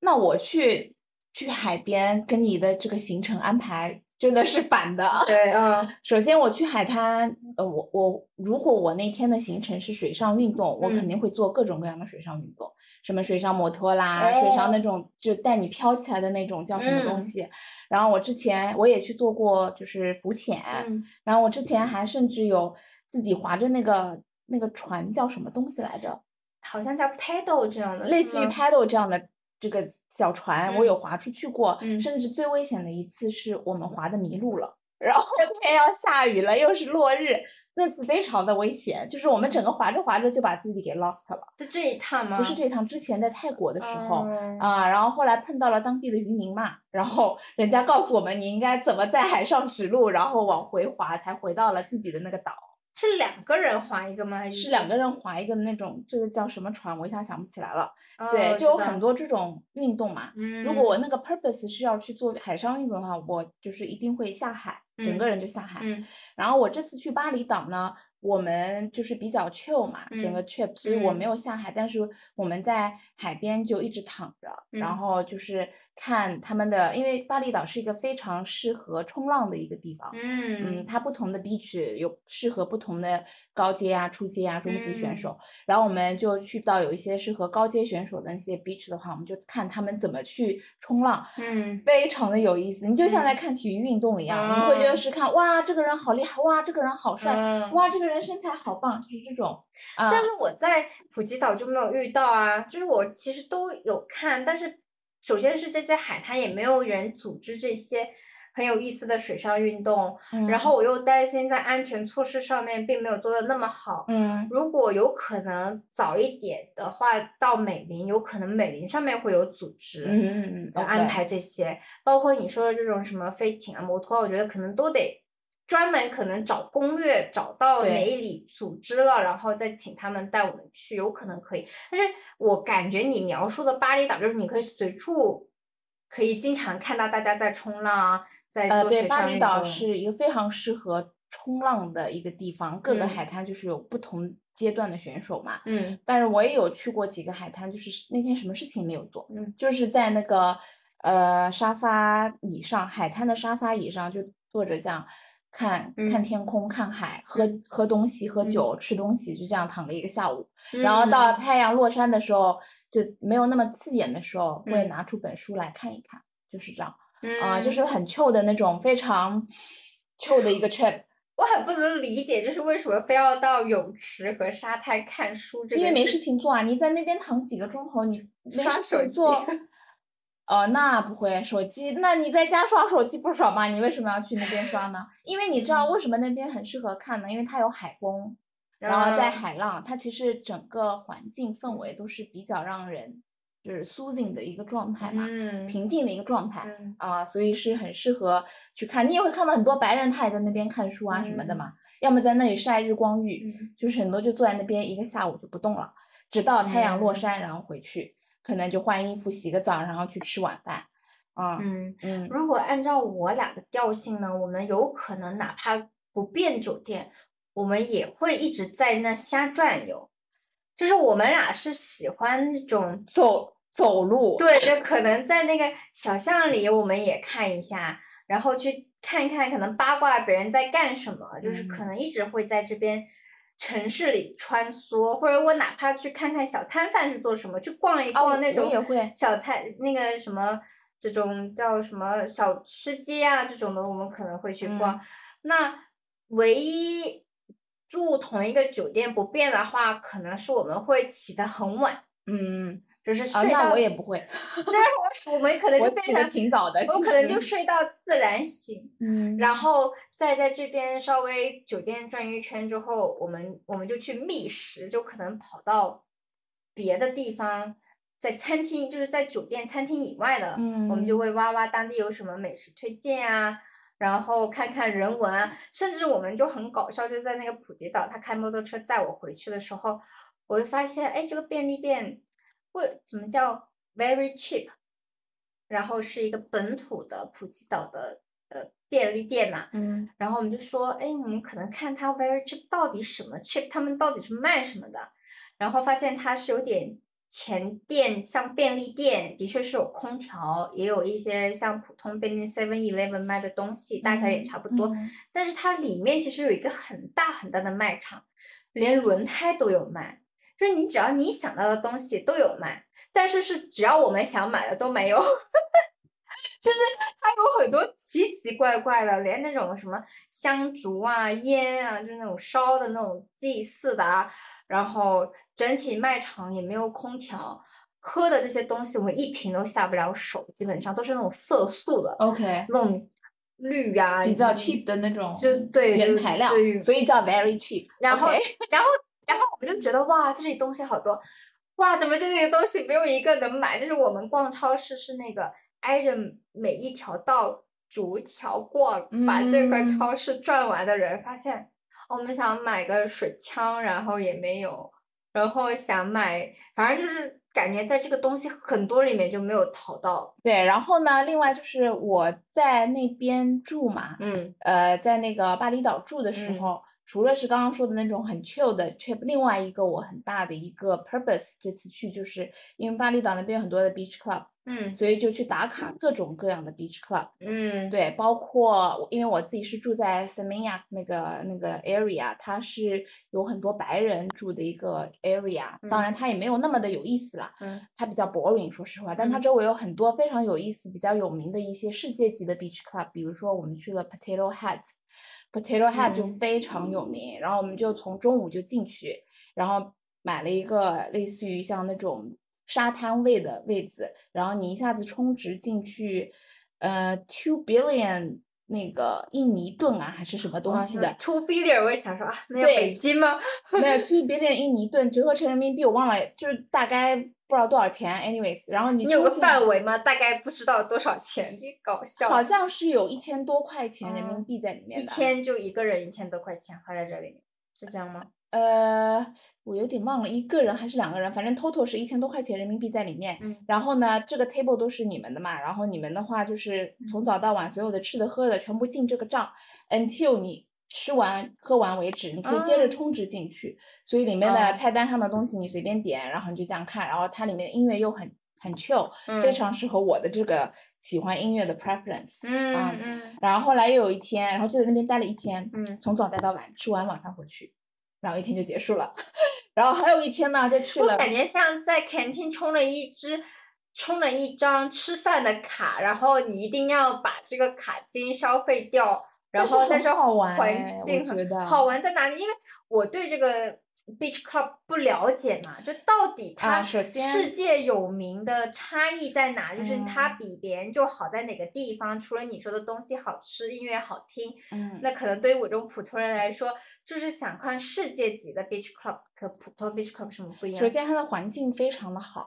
S1: 那我去去海边，跟你的这个行程安排真的是反的。
S2: 对，嗯
S1: 首先，我去海滩，呃，我我如果我那天的行程是水上运动，我肯
S2: 嗯
S1: 定会做各种各样的水上运动，什么水上摩托啦，水上那种就带你飘起来的那种叫什么东
S2: 哦嗯
S1: 西。然后我之前我也去做过，就是浮潜，
S2: 嗯，
S1: 然后我之前还甚至有自己划着那个那个船叫什么东西来着，
S2: 好像叫 paddle 这样的，
S1: 类
S2: 是
S1: 似于
S2: 吗
S1: paddle 这样的。这个小船我有划出去过，
S2: 嗯
S1: 甚至最危险的一次是我们划的迷路了，然
S2: <laughs>
S1: 后天要下雨了，又是落日，那次非常的危险，就是我们整个划着划着就把自己给 lost 了。
S2: 就这一趟吗？
S1: 不是这趟，之前在泰国的时候
S2: 嗯
S1: 啊、然后后来碰到了当地的渔民嘛，然后人家告诉我们你应该怎么在海上指路，然后往回划，才回到了自己的那个岛。
S2: 是两个人划一个吗？还
S1: 是两个人划一个那种，这个叫什么船，我一下想不起来了。
S2: 哦
S1: 对，
S2: 我
S1: 就
S2: 知
S1: 有很
S2: 道
S1: 多这种运动嘛。
S2: 嗯，
S1: 如果我那个 purpose 是要去做海上运动的话，我就是一定会下海，整个
S2: 嗯
S1: 人就下海。
S2: 嗯
S1: 然后我这次去巴厘岛呢，我们就是比较 chill 嘛，整
S2: 嗯
S1: 个 trip，所以我没有下海，但是我们在海边就一直躺着，
S2: 嗯
S1: 然后就是看他们的，因为巴厘岛是一个非常适合冲浪的一个地方。嗯，
S2: 嗯
S1: 它不同的 beach 有适合不同的高阶啊、初阶啊、中级选
S2: 嗯
S1: 手。然后我们就去到有一些适合高阶选手的那些 beach 的话，我们就看他们怎么去冲浪，
S2: 嗯
S1: 非常的有意思。你就像在看体育运动一样，你会就
S2: 啊
S1: 是看哇，这个人好厉害，哇，这个人好帅，
S2: 嗯
S1: 哇，这个人身材好棒，就是这种。啊、
S2: 但是我在普吉岛就没有遇到啊，就是我其实都有看，但是首先是这些海滩也没有人组织这些很有意思的水上运动，
S1: 嗯
S2: 然后我又担心在安全措施上面并没有做的那么好。
S1: 嗯
S2: 如果有可能早一点的话，到美林，有可能美林上面会有组织。
S1: 嗯嗯嗯，
S2: 呃安
S1: OK
S2: 排这些，包括你说的这种什么飞艇啊、摩托啊，我觉得可能都得专门可能找攻略，找到
S1: 对
S2: 哪里组织了，然后再请他们带我们去，有可能可以。但是我感觉你描述的巴厘岛就是你可以随处可以经常看到大家在冲浪啊，在
S1: 呃，
S2: 做
S1: 对，
S2: 水
S1: 巴
S2: 上
S1: 厘
S2: 运
S1: 岛
S2: 动
S1: 是一个非常适合冲浪的一个地方，各个
S2: 嗯
S1: 海滩就是有不同阶段的选手嘛。
S2: 嗯
S1: 但是我也有去过几个海滩，就是是那天什么事情也没有做，
S2: 嗯
S1: 就是在那个呃沙发椅上，海滩的沙发椅上就坐着这样看看
S2: 嗯
S1: 天空、看海，喝喝东西、喝
S2: 嗯
S1: 酒、吃东西，就这样躺了一个下午。然后到
S2: 嗯
S1: 太阳落山的时候，就没有那么刺眼的时候，会
S2: 嗯
S1: 拿出本书来看一看，就是这样啊、就是很 chill 的那种，非常 chill 的一个 trip，
S2: 我很不能理解，就是为什么非要到泳池和沙滩看书这个？
S1: 因为没事，情做啊，你在那边躺几个钟头，你没
S2: 刷
S1: 事
S2: 手
S1: 情
S2: 机 <laughs>
S1: 做。哦，那不会，手机，那你在家刷手机不爽吗？你为什么要去那边刷呢？因为你知
S2: 嗯
S1: 道为什么那边很适合看呢？因为它有海风，然后在
S2: 嗯
S1: 海浪，它其实整个环境氛围都是比较让人就是 soothing 的一个状态嘛，
S2: 嗯
S1: 平静的一个状态。
S2: 嗯
S1: 啊，所以是很适合去看。你也会看到很多白人，他也在那边看书啊什么的嘛，要么在那里晒日光浴，
S2: 嗯
S1: 就是很多就坐在那边一个下午就不动了，直到太阳
S2: 嗯
S1: 落山，然后回去，可能就换衣服、洗个澡，然后去吃晚饭。啊，
S2: 嗯，
S1: 嗯，
S2: 如果按照我俩的调性呢，我们有可能哪怕不变酒店，我们也会一直在那瞎转悠。就是我们俩是喜欢那种
S1: 走走路，
S2: 对，就可能在那个小巷里，我们也看一下，然后去看看，可能八卦别人在干什么，就是可
S1: 嗯
S2: 能一直会在这边城市里穿梭，或者我哪怕去看看小摊贩是做什么，去逛一
S1: 啊，我
S2: 逛那
S1: 我也
S2: 种
S1: 会。
S2: 小菜，那个什么这种叫什么小吃街啊这种的，我们可能会去逛。
S1: 嗯
S2: 那唯一住同一个酒店不变的话，可能是我们会起得很晚。
S1: 嗯，
S2: 就是
S1: 啊，
S2: 睡
S1: 那
S2: 到
S1: 我也不会， <laughs>
S2: 我们可能
S1: 我
S2: 就变
S1: 起的
S2: 成，
S1: 挺早的。
S2: 我
S1: 其
S2: 可能就
S1: 实，
S2: 睡到自然醒，
S1: 嗯，
S2: 然后再在这边稍微酒店转一圈之后，我们我们就去觅食，就可能跑到别的地方，在餐厅，就是在酒店餐厅以外的，我们就
S1: 嗯
S2: 会挖挖当地有什么美食推荐啊。然后看看人文啊，甚至我们就很搞笑，就在那个普吉岛，他开摩托车载我回去的时候，我会发现，哎，这个便利店会怎么叫 very cheap，然后是一个本土的普吉岛的呃便利店嘛，
S1: 嗯
S2: 然后我们就说，哎，我们可能看它 very cheap 到底什么 cheap，他们到底是卖什么的，然后发现它是有点前店，像便利店的确是有空调，也有一些像普通便利 Seven Eleven 卖的东西，大小也
S1: 嗯
S2: 差不多，
S1: 嗯
S2: 但是它里面其实有一个很大很大的卖场，连轮胎都有卖，就是你只要你想到的东西都有卖，但是是只要我们想买的都没有， <laughs> 就是它有很多奇奇怪怪的，连那种什么香烛啊、烟啊，就是那种烧的那种祭祀的啊，然后整体卖场也没有空调。喝的这些东西，我们一瓶都下不了手，基本上都是那种色素的，
S1: ，OK，
S2: 那种绿呀、
S1: 比较
S2: 嗯
S1: cheap 的那种，
S2: 就对
S1: 原
S2: 就
S1: 材料
S2: 对，
S1: 所以叫 very cheap。
S2: 然后
S1: OK
S2: 然后，然后我们就觉得哇，这里东西好多，哇，怎么这里的东西没有一个能买？就是我们逛超市是那个挨着每一条道逐条逛，把这个
S1: 嗯
S2: 超市转完的人发现，哦我们想买个水枪，然后也没有，然后想买，反正就是感觉在这个东西很多里面就没有淘到，
S1: 对，然后呢，另外就是我在那边住嘛，
S2: 嗯
S1: 呃，在那个巴厘岛住的时
S2: 嗯
S1: 候，除了是刚刚说的那种很 chill 的 trip，另外一个我很大的一个 purpose，这次去就是因为巴厘岛那边有很多的 beach club，
S2: 嗯
S1: 所以就去打卡各种各样的 beach club。
S2: 嗯，
S1: 对，包括我因为我自己是住在 Seminyak 那个那个 area，它是有很多白人住的一个 area，、当
S2: 嗯
S1: 然它也没有那么的有意思啦，
S2: 嗯
S1: 它比较 boring，说实话，但它
S2: 嗯
S1: 周围有很多非常有意思、比较有名的一些世界级的 beach club，比如说我们去了 Potato Head。Potato Head 就
S2: 嗯
S1: 非常有名，然后我们就从中午就进去，然后买了一个类似于像那种沙滩位的位子，然后你一下子充值进去，呃，two billion 那个印尼盾啊还是什么东西的，
S2: ，two billion，我也想说啊，那要
S1: 对
S2: 北京吗？
S1: 没有 two billion 印尼盾折合成人民币我忘了，就是大概不知道多少钱，anyways，然后你
S2: 你有
S1: 充
S2: 个
S1: 进
S2: 范
S1: 去
S2: 围吗？大概不知道多少钱，你搞笑。
S1: 好像是有一千多块钱人民
S2: 嗯
S1: 币在里面
S2: 一
S1: 的，
S2: 天就一个人一千多块钱花在这里，是这样吗？
S1: 呃，我有点忘了，一个人还是两个人，反正 total 是一千多块钱人民币在里面。
S2: 嗯
S1: 然后呢，这个 table 都是你们的嘛，然后你们的话就是
S2: 嗯
S1: 从早到晚所有的吃的喝的全部进这个账，until 你吃完喝完为止，你可以接着
S2: 哦
S1: 充值进去。所以里面
S2: 哦
S1: 的菜单上的东西你随便点，然后你就这样看，然后它里面的音乐又很很 chill，、非常适合我的这个喜欢音乐的 preference。
S2: 嗯
S1: 啊
S2: 嗯
S1: 然后后来又有一天，然后就在那边待了一天，
S2: 嗯
S1: 从早待到晚，吃完晚饭回去，然后一天就结束了。 <laughs> 然后还有一天呢，就去
S2: 我
S1: 了，
S2: 感觉像在 canteen 充了一支，充了一张吃饭的卡，然后你一定要把这个卡金消费掉，然
S1: 但是
S2: 后但
S1: 很
S2: 是
S1: 好玩哎
S2: 环
S1: 我
S2: 境很
S1: 觉得
S2: 好玩在哪里？因为我对这个 beach club 不了解嘛，就到底它
S1: 啊首
S2: 世
S1: 先
S2: 界有名的差异在哪？就是它
S1: 嗯
S2: 比别人就好在哪个地方？除了你说的东西好吃，音乐好听，
S1: 嗯，
S2: 那可能对于我这种普通人来说，就是想看世界级的 beach club 和普通 beach club 有什么不一样
S1: 首？先它的环境非常的好，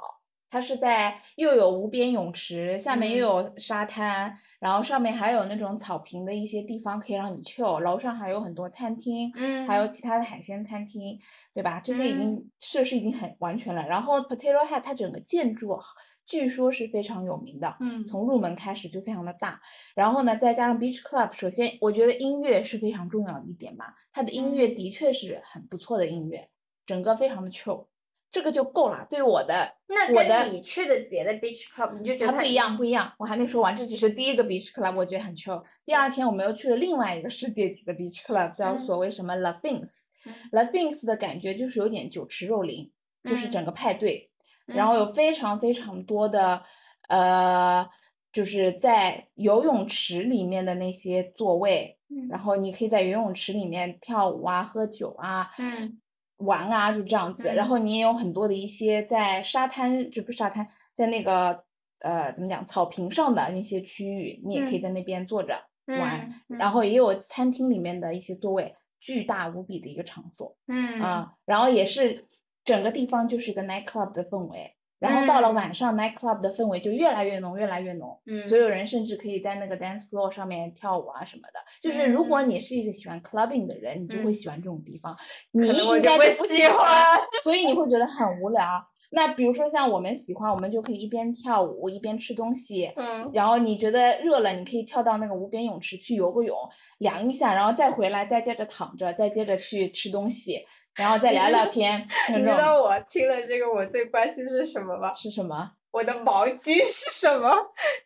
S1: 它是在又有无边泳池，下面又
S2: 嗯
S1: 有沙滩，然后上面还有那种草坪的一些地方可以让你 chill，楼上还有很多餐厅，
S2: 嗯，
S1: 还有其他的海鲜餐厅，对吧？这些已
S2: 嗯
S1: 经设施已经很完全了。然后 Potato Head 它整个建筑据说是非常有名的，
S2: 嗯
S1: 从入门开始就非常的大。然后呢，再加上 Beach Club，首先我觉得音乐是非常重要的一点吧，它的音乐
S2: 嗯
S1: 的确是很不错的音乐，整个非常的 chill，这个就够了。对我的
S2: 那
S1: 我的
S2: 跟你去的别的 beach club，你就觉
S1: 它
S2: 得
S1: 不一样，不一样。我还没说完，这只是第一个 beach club，我觉得很 chill。第二天我们又去了另外一个世界级的 beach club，叫
S2: 嗯
S1: 所谓什么 La Fins。
S2: 嗯
S1: La Fins 的感觉就是有点酒池肉林，就是整
S2: 嗯
S1: 个派对，然后有非常非常多的呃，就是在游泳池里面的那些座位，
S2: 嗯
S1: 然后你可以在游泳池里面跳舞啊、喝酒啊，
S2: 嗯
S1: 玩啊，就这样子。然后你也有很多的一些在沙滩，就不是沙滩，在那个呃怎么讲草坪上的那些区域，你也可以
S2: 嗯
S1: 在那边坐着玩。
S2: 嗯
S1: 然后也有餐厅里面的一些座位，巨大无比的一个场所
S2: 嗯
S1: 啊、然后也是整个地方就是一个 night club 的氛围。然后到了
S2: 嗯
S1: 晚上，night club 的氛围就越来越浓，越来越浓。
S2: 嗯
S1: 所有人甚至可以在那个 dance floor 上面跳舞啊什么的。就是如果
S2: 嗯
S1: 你是一个喜欢 clubbing 的人，你就会
S2: 嗯
S1: 喜欢这种地方。
S2: 可
S1: 你
S2: 能我
S1: 应
S2: 就
S1: 该
S2: 不
S1: 不
S2: 喜
S1: 喜
S2: 欢
S1: 所以你会觉得很无聊。那比如说像我们喜欢，我们就可以一边跳舞一边吃东西。
S2: 嗯
S1: 然后你觉得热了，你可以跳到那个无边泳池去游个泳，凉一下，然后再回来，再接着躺着，再接着去吃东西，然后再
S2: 你
S1: 聊
S2: 知
S1: 聊
S2: 道
S1: 天。
S2: 你
S1: 那
S2: 知
S1: 种
S2: 道我听了这个，我最关心是什么吗？
S1: 是什么？
S2: 我的毛巾是什么？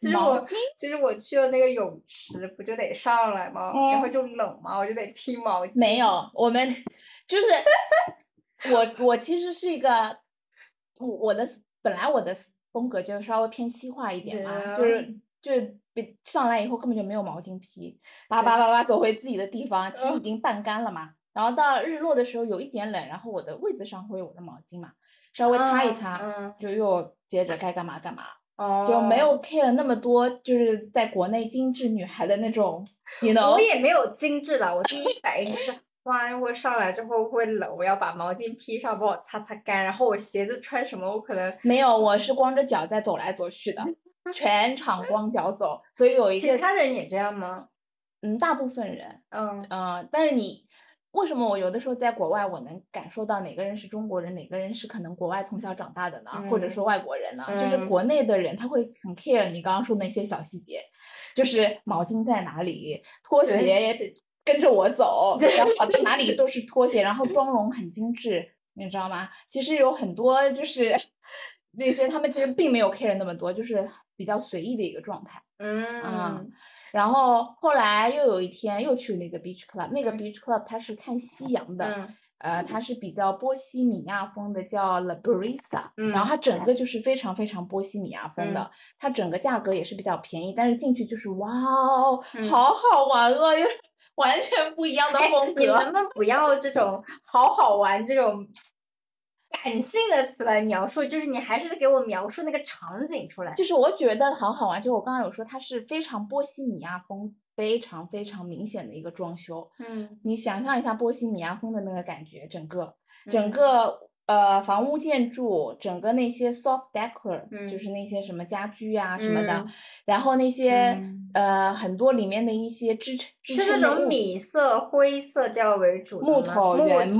S2: 就是
S1: 嗯毛
S2: 我，就是我去了那个泳池，不就得上来吗？然后
S1: 嗯
S2: 就冷嘛，我就得披毛巾。
S1: 没有，我们就是 <laughs> 我，我其实是一个，我我的本来我的风格就稍微偏西化一点
S2: 啊
S1: 嘛，就是就比上来以后根本就没有毛巾披，叭叭
S2: 对
S1: 叭叭走回自己的地方，其实已
S2: 嗯
S1: 经半干了嘛。然后到日落的时候有一点冷，然后我的位子上会有我的毛巾嘛，稍微擦一
S2: 嗯
S1: 擦，
S2: 嗯
S1: 就又接着该干嘛干嘛。
S2: 哦，
S1: 就没有 care 那么多，就是在国内精致女孩的那种， <laughs> 你 know，
S2: 我也没有精致的，我第一反应就是，哇，如果上来之后会冷，我要把毛巾披上，帮我擦擦干。然后我鞋子穿什么，我可能
S1: 没有，我是光着脚在走来走去的，全场光脚走，所以有一
S2: 嗯其
S1: 个
S2: 他人也这样吗？
S1: 嗯，大部分人，
S2: 嗯
S1: 呃，但是你为什么我有的时候在国外，我能感受到哪个人是中国人，哪个人是可能国外从小长大的呢，或者
S2: 嗯
S1: 说外国人呢？就是
S2: 嗯
S1: 国内的人他会很 care 你刚刚说那些小细节，就是毛巾在哪里，拖
S2: 对 <laughs>
S1: 鞋跟着我走，
S2: 对
S1: 然后跑到哪
S2: <laughs>
S1: 里都是拖鞋，然后妆容很精致，你知道吗？其实有很多就是 <laughs> 那些他们其实并没有 care 那么多，就是比较随意的一个状态。啊
S2: 嗯
S1: 然后后来又有一天又去那个 beach club，那个
S2: 嗯
S1: beach club 它是看夕阳的，
S2: 嗯
S1: 呃，它是比较波西米亚风的，叫 La Brisa，、然
S2: 嗯
S1: 后它整个就是非常非常波西米亚风的，
S2: 嗯
S1: 它整个价格也是比较便宜，但是进去就是哇哦，
S2: 嗯
S1: 好好玩哦，又是完全不一样的
S2: 哎
S1: 风
S2: 你
S1: 格。
S2: 能不能不要这种好好玩这种感性的词来描述？就是你还是得给我描述那个场景出来。
S1: 就是我觉得好好玩，就我刚刚有说它是非常波西米亚风，非常非常明显的一个装修，
S2: 嗯
S1: 你想象一下波西米亚风的那个感觉，整个
S2: 嗯
S1: 整个呃房屋建筑，整个那些 soft decor，、就
S2: 嗯
S1: 是那些什么家居啊什么的，
S2: 嗯
S1: 然后那些、
S2: 嗯
S1: 呃很多里面的一些支撑支
S2: 是
S1: 撑
S2: 那
S1: 的
S2: 种
S1: 物
S2: 米色、灰色调为主的
S1: 木
S2: 吗
S1: 头、
S2: 木
S1: 原
S2: 头，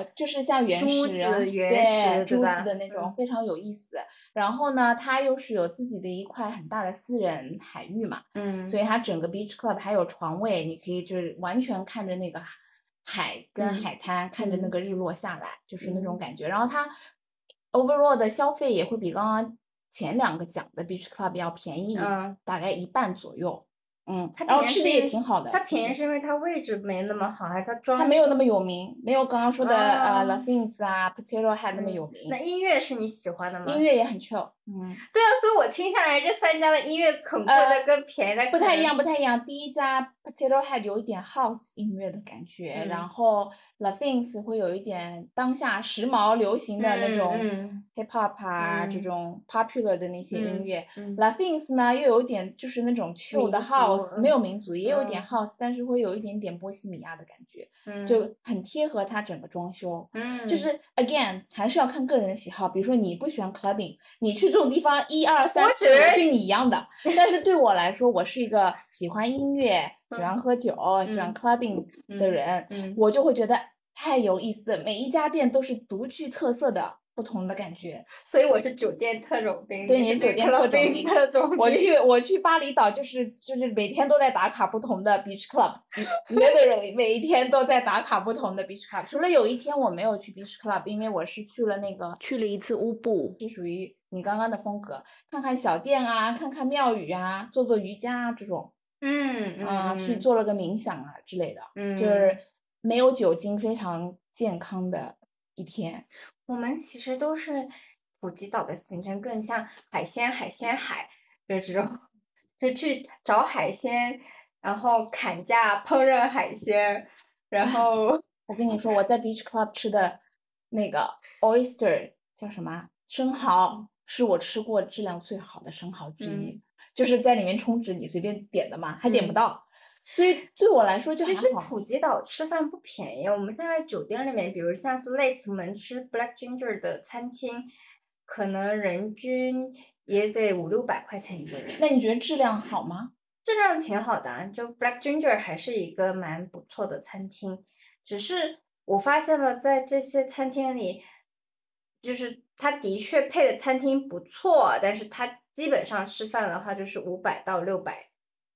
S1: 木，就是像原
S2: 珠
S1: 石啊、
S2: 子原石
S1: 对
S2: 对
S1: 珠
S2: 吧嗯
S1: 子的那种，非常有意思。然后呢，它又是有自己的一块很大的私人海域嘛，
S2: 嗯
S1: 所以它整个 beach club 还有床位，你可以就是完全看着那个海海跟
S2: 嗯
S1: 海滩，看着那
S2: 嗯
S1: 个日落下来，就是那种
S2: 嗯
S1: 感觉。然后它 overall 的消费也会比刚刚前两个讲的 Beach Club 要便宜
S2: 嗯
S1: 大概一半左右。嗯，
S2: 它
S1: 然后
S2: 便宜
S1: 吃的
S2: 是
S1: 也挺好的。
S2: 它
S1: 其
S2: 便宜
S1: 实
S2: 是因为它位置没那么好，还是它装
S1: 它没有
S2: 饰
S1: 那么有名，没有刚刚说的
S2: 啊
S1: 呃 La Fins 啊 Potato Head 那么
S2: 嗯
S1: 有名
S2: 那。音乐是你喜欢的吗？
S1: 音乐也很 chill，嗯，
S2: 对啊，所以我听下来这三家的音乐很贵
S1: 呃
S2: 的跟便宜的、
S1: 不太一样，。不太一样。第一家 Potato Head 有一点 house 音乐的感觉，
S2: 嗯
S1: 然后 La Fins 会有一点当下时髦流行的那种
S2: 嗯
S1: hip hop 啊、这
S2: 嗯
S1: 种 popular 的那些
S2: 嗯
S1: 音乐。
S2: 嗯
S1: La Fins 呢又有一点就是那种 chill 的
S2: 民族
S1: house，没有
S2: 嗯
S1: 民族，也有一点
S2: 嗯
S1: house，但是会有一点点波西米亚的感觉，
S2: 嗯
S1: 就很贴合它整个装修。
S2: 嗯
S1: 就是 again 还是要看个人的喜好。比如说你不喜欢 clubbing，你去这种地方一二三
S2: 我
S1: 四
S2: 觉
S1: 五
S2: 得
S1: 对你一样的。但是对我来说，我是一个喜欢音乐、喜欢
S2: 嗯
S1: 喝酒、喜欢
S2: 嗯
S1: clubbing 的
S2: 嗯
S1: 人，
S2: 嗯
S1: 我就会觉得太有意思。每一家店都是独具特色的。不同的感觉，
S2: 所以我是酒店特种兵，
S1: 对
S2: 你
S1: 你
S2: 是
S1: 是酒
S2: 对
S1: 店特
S2: 克劳
S1: 种
S2: 宾
S1: 兵
S2: 特种兵。
S1: 我去我去巴厘岛就是就是每天都在打卡不同的 beach club，literally 每一天都在打卡不同的 beach club。除了有一天我没有去 beach club，因为我是去了那个
S2: 去了一次乌布，
S1: 是属于你刚刚的风格，看看小店啊，看看庙宇啊，做做瑜伽啊这种
S2: 嗯嗯
S1: 啊、去
S2: 嗯
S1: 做了个冥想啊之类的，
S2: 嗯
S1: 就是没有酒精，非常健康的一天。
S2: 我们其实都是普吉岛的行程更像海鲜海鲜海的这种，就去找海鲜，然后砍价烹饪海鲜，然后
S1: 我跟你说，我在 Beach Club 吃的那个 oyster 叫什么啊生蚝，是我吃过质量最好的生蚝之一，
S2: 嗯
S1: 就是在里面充值，你随便点的嘛，还点不
S2: 嗯
S1: 到，所以对我来说就
S2: 其
S1: 还
S2: 实
S1: 好。
S2: 普吉岛吃饭不便宜，我们现在酒店里面，比如像是类似我们吃 Black Ginger 的餐厅，可能人均也得五六百块钱一个人，
S1: 那你觉得质量好吗？
S2: 质量挺好的啊。就 Black Ginger 还是一个蛮不错的餐厅，只是我发现了在这些餐厅里，就是它的确配的餐厅不错，但是它基本上吃饭的话就是五百到六百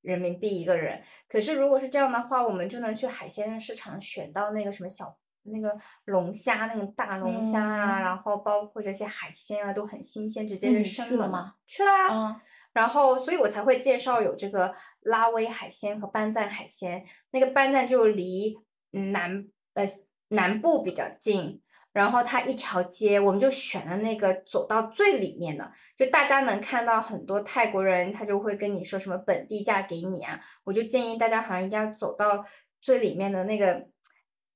S2: 人民币一个人。可是如果是这样的话，我们就能去海鲜市场选到那个什么小那个龙虾，那种大龙虾啊，
S1: 嗯
S2: 然后包括这些海鲜啊都很新鲜，直接
S1: 那
S2: 是
S1: 你
S2: 生
S1: 去了
S2: 猛的
S1: 吗？
S2: 去啦、
S1: 嗯。
S2: 然后，所以我才会介绍有这个拉威海鲜和班赞海鲜。那个班赞就离嗯南呃南部比较近，然后它一条街，我们就选了那个走到最里面的，就大家能看到很多泰国人，他就会跟你说什么本地价给你啊。我就建议大家好像一定要走到最里面的那个，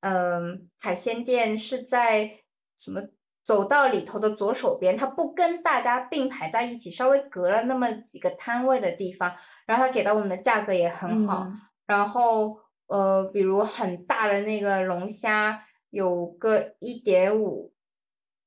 S2: 嗯，海鲜店是在什么走道里头的左手边，它不跟大家并排在一起，稍微隔了那么几个摊位的地方，然后它给到我们的价格也很好，
S1: 嗯
S2: 然后呃，比如很大的那个龙虾，有个一点五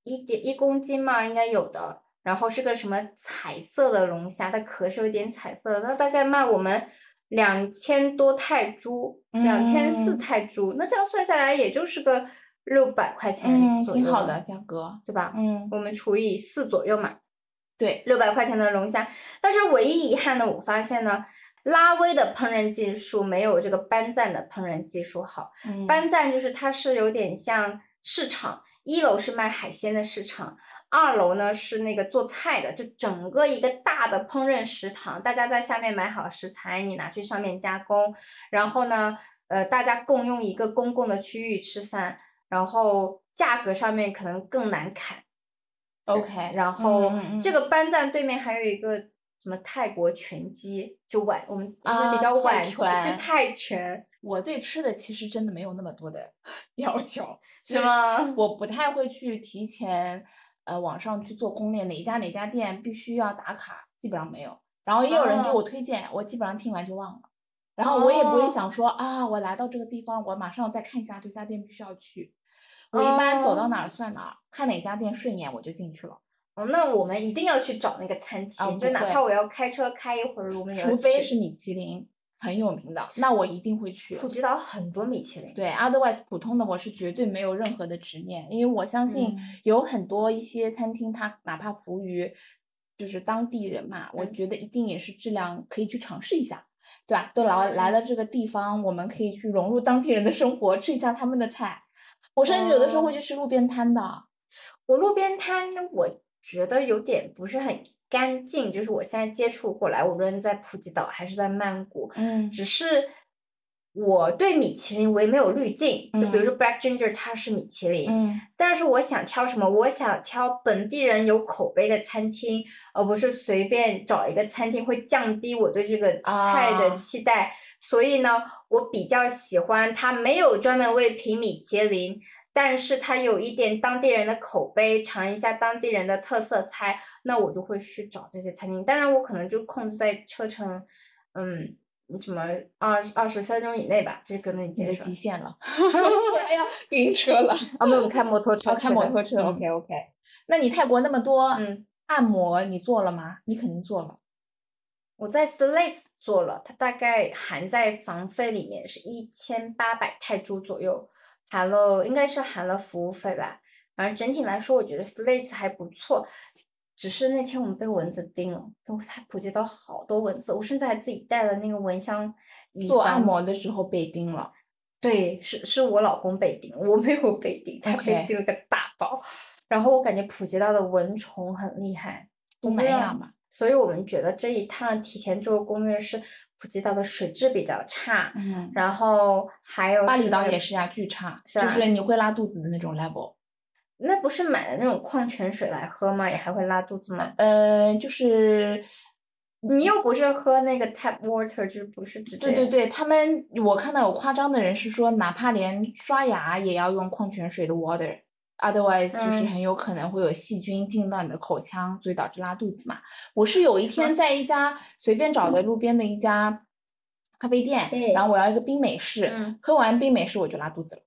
S2: 一点一公斤嘛，应该有的。然后是个什么彩色的龙虾，它壳是有点彩色的，那大概卖我们两千多泰铢，两千四
S1: 嗯
S2: 泰铢，那这样算下来也就是个六百块钱
S1: 嗯，
S2: 左
S1: 挺
S2: 右
S1: 好
S2: 了
S1: 的，价格。
S2: 对吧？
S1: 嗯，
S2: 我们除以四左右嘛，
S1: 对，
S2: 六百块钱的龙虾。但是唯一遗憾的，我发现呢，拉威的烹饪技术没有这个班赞的烹饪技术好。
S1: 嗯
S2: 班赞就是它是有点像市场，一楼是卖海鲜的市场，二楼呢是那个做菜的，就整个一个大的烹饪食堂，大家在下面买好食材，你拿去上面加工，然后呢，呃，大家共用一个公共的区域吃饭，然后价格上面可能更难砍。
S1: OK，
S2: 然后
S1: 嗯嗯
S2: 这
S1: 嗯
S2: 个班赞对面还有一个什么泰国拳击，就晚我们我们比
S1: 啊
S2: 较
S1: 泰
S2: 晚去对
S1: 拳
S2: 泰拳
S1: 我对吃的其实真的没有那么多
S2: <laughs>
S1: 的要求，
S2: 是？吗？
S1: 我不太会去提前呃网上去做攻略，哪一家哪家店必须要打卡，基本上没有。然后也有人给
S2: 哦
S1: 我推荐，我基本上听完就忘了。然后我也不
S2: 哦
S1: 会想说、啊，我来到这个地方，我马上再看一下这家店必须要去。我一般走
S2: 哦
S1: 到哪儿算哪儿，看哪家店顺眼我就进去了。
S2: 哦，那我们一定要去找那个餐厅，
S1: 啊
S2: 就
S1: 不
S2: 哪
S1: 会
S2: 怕我要开车开一会儿，我们也要
S1: 除非
S2: 去
S1: 是米其林很有名的，那我一定会去
S2: 普。吉岛很多米其林，
S1: 对，otherwise 普通的我是绝对没有任何的执念，因为我相信
S2: 嗯
S1: 有很多一些餐厅，它哪怕服务于就是当地人嘛，我
S2: 嗯
S1: 觉得一定也是质量可以去尝试一下，对吧？都来
S2: 嗯
S1: 来了这个地方，我们可以去融入当地人的生活，吃一下他们的菜。我甚至有的时候会
S2: 哦
S1: 去吃路边摊的，
S2: 我路边摊我觉得有点不是很干净，就是我现在接触过来，无论在普吉岛还是在曼谷，
S1: 嗯
S2: 只是我对米其林我也没有滤镜，就比
S1: 嗯
S2: 如说 Black Ginger 它是米其林，
S1: 嗯
S2: 但是我想挑什么？我想挑本地人有口碑的餐厅，而不是随便找一个餐厅，会降低我对这个菜的
S1: 啊
S2: 期待。所以呢，我比较喜欢它没有专门为评米其林，但是它有一点当地人的口碑，尝一下当地人的特色菜，那我就会去找这些餐厅。当然，我可能就控制在车程，嗯。什么二二十分钟以内吧，这可能你
S1: 你
S2: 接
S1: 的
S2: 受
S1: 极限了， <laughs> 哎呀，晕车
S2: <laughs>
S1: 了，
S2: 啊？没有，我们开摩托车
S1: 要
S2: 去的，
S1: 开摩托车。
S2: 嗯
S1: OK OK，那你泰国那么多
S2: 嗯，
S1: 按摩，你做了吗？你肯定做了。
S2: 我在 Slates 做了，它大概含在房费里面是一千八百泰铢左右，含了应该是含了服务费吧。反正整体来说，我觉得 Slates 还不错，只是那天我们被蚊子叮了，因为它普及到好多蚊子，我甚至还自己带了那个蚊香以
S1: 做按
S2: 防。
S1: 摩的时候被叮了，
S2: 对，是是我老公被叮，我没有被叮，他被
S1: OK
S2: 叮了个大包。然后我感觉普及到的蚊虫很厉害，我
S1: 东
S2: 不
S1: 南
S2: 知道
S1: 亚嘛，
S2: 所以我们觉得这一趟提前做攻略是普吉岛的水质比较差，
S1: 嗯，
S2: 然后还有
S1: 巴厘
S2: 是
S1: 岛
S2: 那
S1: 也
S2: 个
S1: 是呀、巨差，
S2: 是
S1: 就
S2: 啊
S1: 是你会拉肚子的那种 level。
S2: 那不是买的那种矿泉水来喝吗？也还会拉肚子吗？
S1: 呃，就是
S2: 你又不是喝那个 tap water，就是不是直接
S1: 对对对，他们我看到有夸张的人是说，哪怕连刷牙也要用矿泉水的 water，otherwise 就是
S2: 嗯
S1: 很有可能会有细菌进到你的口腔，所以导致拉肚子嘛。我是有一天在一家随便找的路边的一家咖啡店，然后我要一个冰美式，
S2: 嗯
S1: 喝完冰美式我就拉肚子了。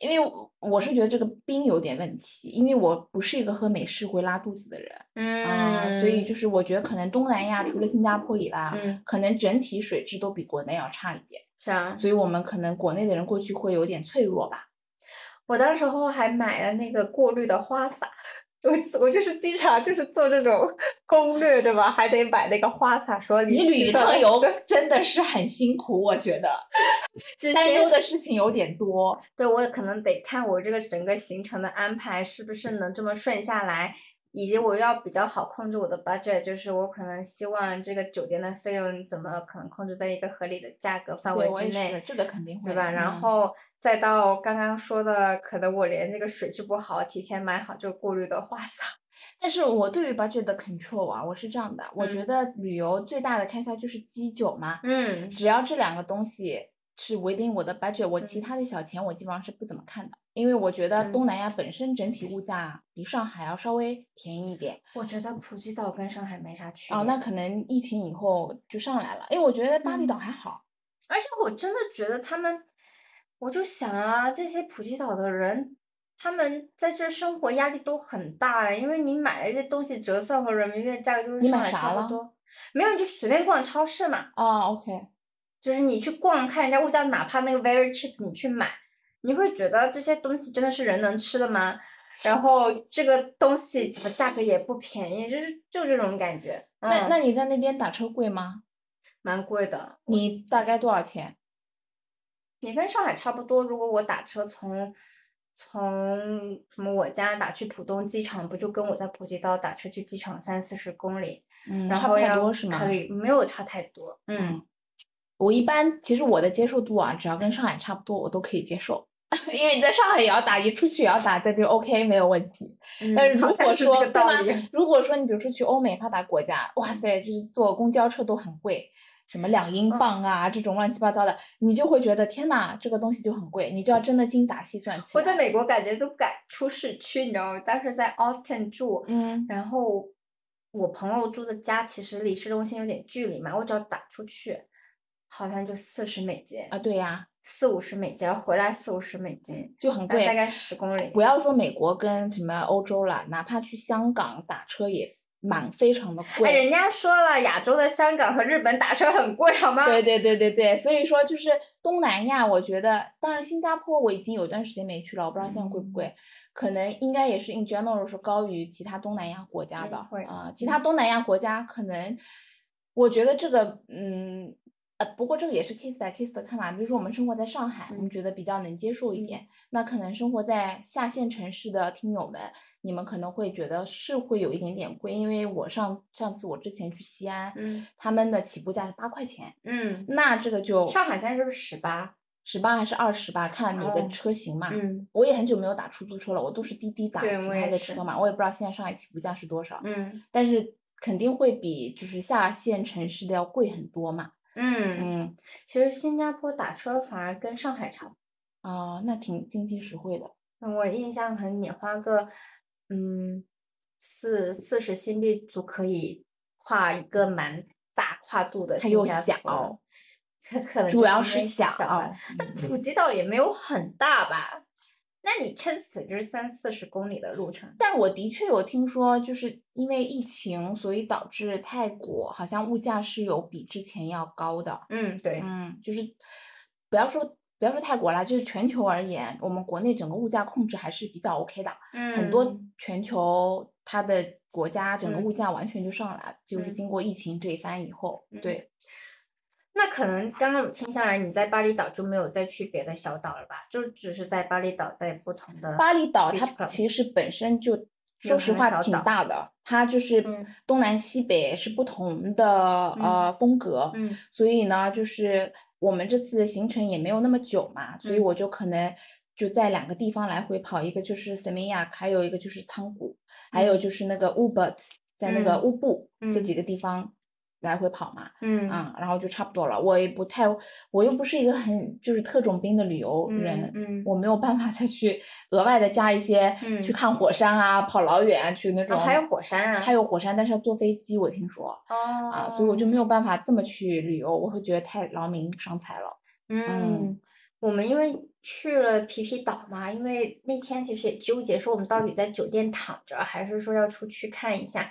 S1: 因为我我是觉得这个冰有点问题，因为我不是一个喝美式会拉肚子的人啊、
S2: 嗯，
S1: 所以就是我觉得可能东南亚除了新加坡以外啊，
S2: 嗯
S1: 可能整体水质都比国内要差一点，
S2: 是啊，
S1: 所以我们可能国内的人过去会有点脆弱吧。
S2: 我当时候还买了那个过滤的花洒，我我就是经常就是做这种 <laughs> 攻略，对吧？还得买那个花洒，说
S1: 你
S2: 洗
S1: 旅一
S2: 澡
S1: 趟
S2: 的
S1: 游
S2: 时候
S1: 真的是很辛苦，我觉得
S2: 这
S1: 担
S2: 些
S1: 忧的事情有点多。
S2: 对，我可能得看我这个整个行程的安排是不是能这么顺下来，以及我要比较好控制我的 budget，就是我可能希望这个酒店的费用怎么可能控制在一个合理的价格范
S1: 对，
S2: 围
S1: 我也
S2: 之
S1: 是
S2: 内，，
S1: 这个肯定会
S2: 对
S1: 的。
S2: 吧？然
S1: 嗯
S2: 后再到刚刚说的，可能我连这个水质不好，提前买好这个过滤的花洒。
S1: 但是我对于 budget 的 control 啊，我是这样的，我觉
S2: 嗯
S1: 得旅游最大的开销就是基酒嘛，
S2: <laughs> 嗯
S1: 只要这两个东西是 within 我的 budget，我其
S2: 嗯
S1: 他的小钱我基本上是不怎么看的，因为我觉得
S2: 嗯
S1: 东南亚本身整体物价比上海要稍微便宜一点。
S2: 我觉得普吉岛跟上海没啥区别。
S1: 哦，那可能疫情以后就上来了，因为我觉得巴厘岛
S2: 嗯
S1: 还好，
S2: 而且我真的觉得他们，我就想啊，这些普吉岛的人，他们在这生活压力都很大哎，因为你买的这些东西折算回人民币的价格就是
S1: 你
S2: 上
S1: 买
S2: 海
S1: 啥
S2: 差
S1: 了
S2: 不多。没有，你就随便逛超市嘛，
S1: 哦，OK，
S2: 就是你去逛看人家物价，哪怕那个 very cheap，你去买，你会觉得这些东西真的是人能吃的吗？然
S1: <laughs>
S2: 后这个东西怎么价格也不便宜，就是就这种感觉。
S1: 那
S2: 嗯
S1: 那你在那边打车贵吗？
S2: 蛮贵的，
S1: 你大概多少钱？
S2: 也跟上海差不多。如果我打车从从什么我家打去浦东机场，不就跟我在普吉岛打车去机场三四十公里，
S1: 嗯，
S2: 然
S1: 差
S2: 后
S1: 不太
S2: 要
S1: 多是吗？
S2: 可以没有差太多。嗯，
S1: 我一般其实我的接受度啊，只要跟上海差不多，我都可以接受。 <laughs> 因为你在上海也要打，一出去也要打，这就 OK 没有问题。但
S2: 嗯
S1: 如
S2: 好
S1: 果
S2: 像是
S1: 说
S2: 这个
S1: 对
S2: 道
S1: 吧
S2: 理。
S1: 如果说你比如说去欧美发达国家，哇塞，就是坐公交车都很贵，什么两英
S2: 嗯
S1: 镑啊、这种乱七八糟的，你就会觉得天呐，这个东西就很贵，你就要真的精打细算起
S2: 我
S1: 来。
S2: 在美国感觉都不敢出市区，你知道吗？当时在 Austin 住，
S1: 嗯
S2: 然后我朋友住的家其实离市中心有点距离嘛，我只要打出去，好像就四十美金，
S1: 啊，对呀、
S2: 四五十美金，然后回来四五十美金，
S1: 就很
S2: 然后
S1: 贵，
S2: 大概十公里。
S1: 不要说美国跟什么欧洲了，哪怕去香港打车也蛮非常的贵。
S2: 嗯哎，人家说了，亚洲的香港和日本打车很贵，好吗？
S1: 对对对对对，所以说就是东南亚，我觉得，当然新加坡我已经有段时间没去了，我不知道现在贵不贵，
S2: 嗯
S1: 可能应该也是 in general 是高于其他东南亚国家
S2: 嗯
S1: 吧
S2: 会，
S1: 啊、其他东南亚国家可能，我觉得这个嗯呃，不过这个也是 case by case 的看啦。比如说我们生活在上海，我们
S2: 嗯
S1: 觉得比较能接受一点，那可能生活在下线城市的听友们，你们可能会觉得是会有一点点贵，因为我上上次我之前去西安，
S2: 嗯
S1: 他们的起步价是八块钱，
S2: 嗯，
S1: 那这个就
S2: 上海现在是不是十八？
S1: 十八还是二十吧，看你
S2: 哦
S1: 的车型嘛。
S2: 嗯
S1: 我也很久没有打出租车了，我都是滴滴打
S2: 对
S1: 其
S2: 我
S1: 他
S2: 也
S1: 的
S2: 是
S1: 车嘛，我也不知道现在上海起步价是多少，
S2: 嗯
S1: 但是肯定会比就是下线城市的要贵很多嘛。
S2: 嗯，
S1: 嗯，
S2: 其实新加坡打车反而跟上海差不多。
S1: 哦，那挺经济实惠的。
S2: 我印象很，你花个嗯四四十新币足可以跨一个蛮大跨度的
S1: 它
S2: 新
S1: 又
S2: 加坡了
S1: 小，
S2: 可可能
S1: 主
S2: 就
S1: 要
S2: 因
S1: 是
S2: 为啊嗯
S1: 小啊
S2: 吧那普吉岛也没有很大吧？那你撑死就是三四十公里的路程。
S1: 但我的确有听说，就是因为疫情，所以导致泰国好像物价是有比之前要高的。
S2: 嗯，对，
S1: 嗯，就是不要说不要说泰国啦，就是全球而言，我们国内整个物价控制还是比较 OK 的。很多
S2: 嗯
S1: 全球它的国家整个
S2: 嗯
S1: 物价完全就上来，就是
S2: 嗯
S1: 经过疫情这一番以后，
S2: 嗯
S1: 对，
S2: 那可能刚刚我听下来，你在巴厘岛就没有再去别的小岛了吧？就只是在巴厘岛，在不同的
S1: 巴厘岛
S2: beach
S1: 它
S2: club
S1: 其实本身就。
S2: 有
S1: 说实
S2: 很小
S1: 话，挺
S2: 岛
S1: 大的，它就是
S2: 嗯
S1: 东南西北是不同的、呃风格，
S2: 嗯
S1: 所以呢，就是我们这次的行程也没有那么久嘛，所以
S2: 嗯
S1: 我就可能就在两个地方来回跑，一个就是塞梅亚，还有一个就是仓谷，还有
S2: 嗯
S1: 就是那个乌布，在那个
S2: 嗯
S1: 乌布、这
S2: 嗯
S1: 几个地方来回跑嘛，
S2: 嗯
S1: 啊、然后就差不多了。我也不太，我又不是一个很就是特种兵的旅游人，
S2: 嗯嗯
S1: 我没有办法再去额外的加一些、去
S2: 嗯
S1: 看火山啊，跑老远啊去那
S2: 哦
S1: 种。
S2: 还有火山啊，
S1: 还有火山，但是要坐飞机，我听说。啊，所以我就
S2: 哦
S1: 没有办法这么去旅游，我会觉得太劳民伤财了。
S2: 嗯，我们因为去了皮皮岛嘛，因为那天其实也纠结说我们到底在酒店躺着，还是说要出去看一下。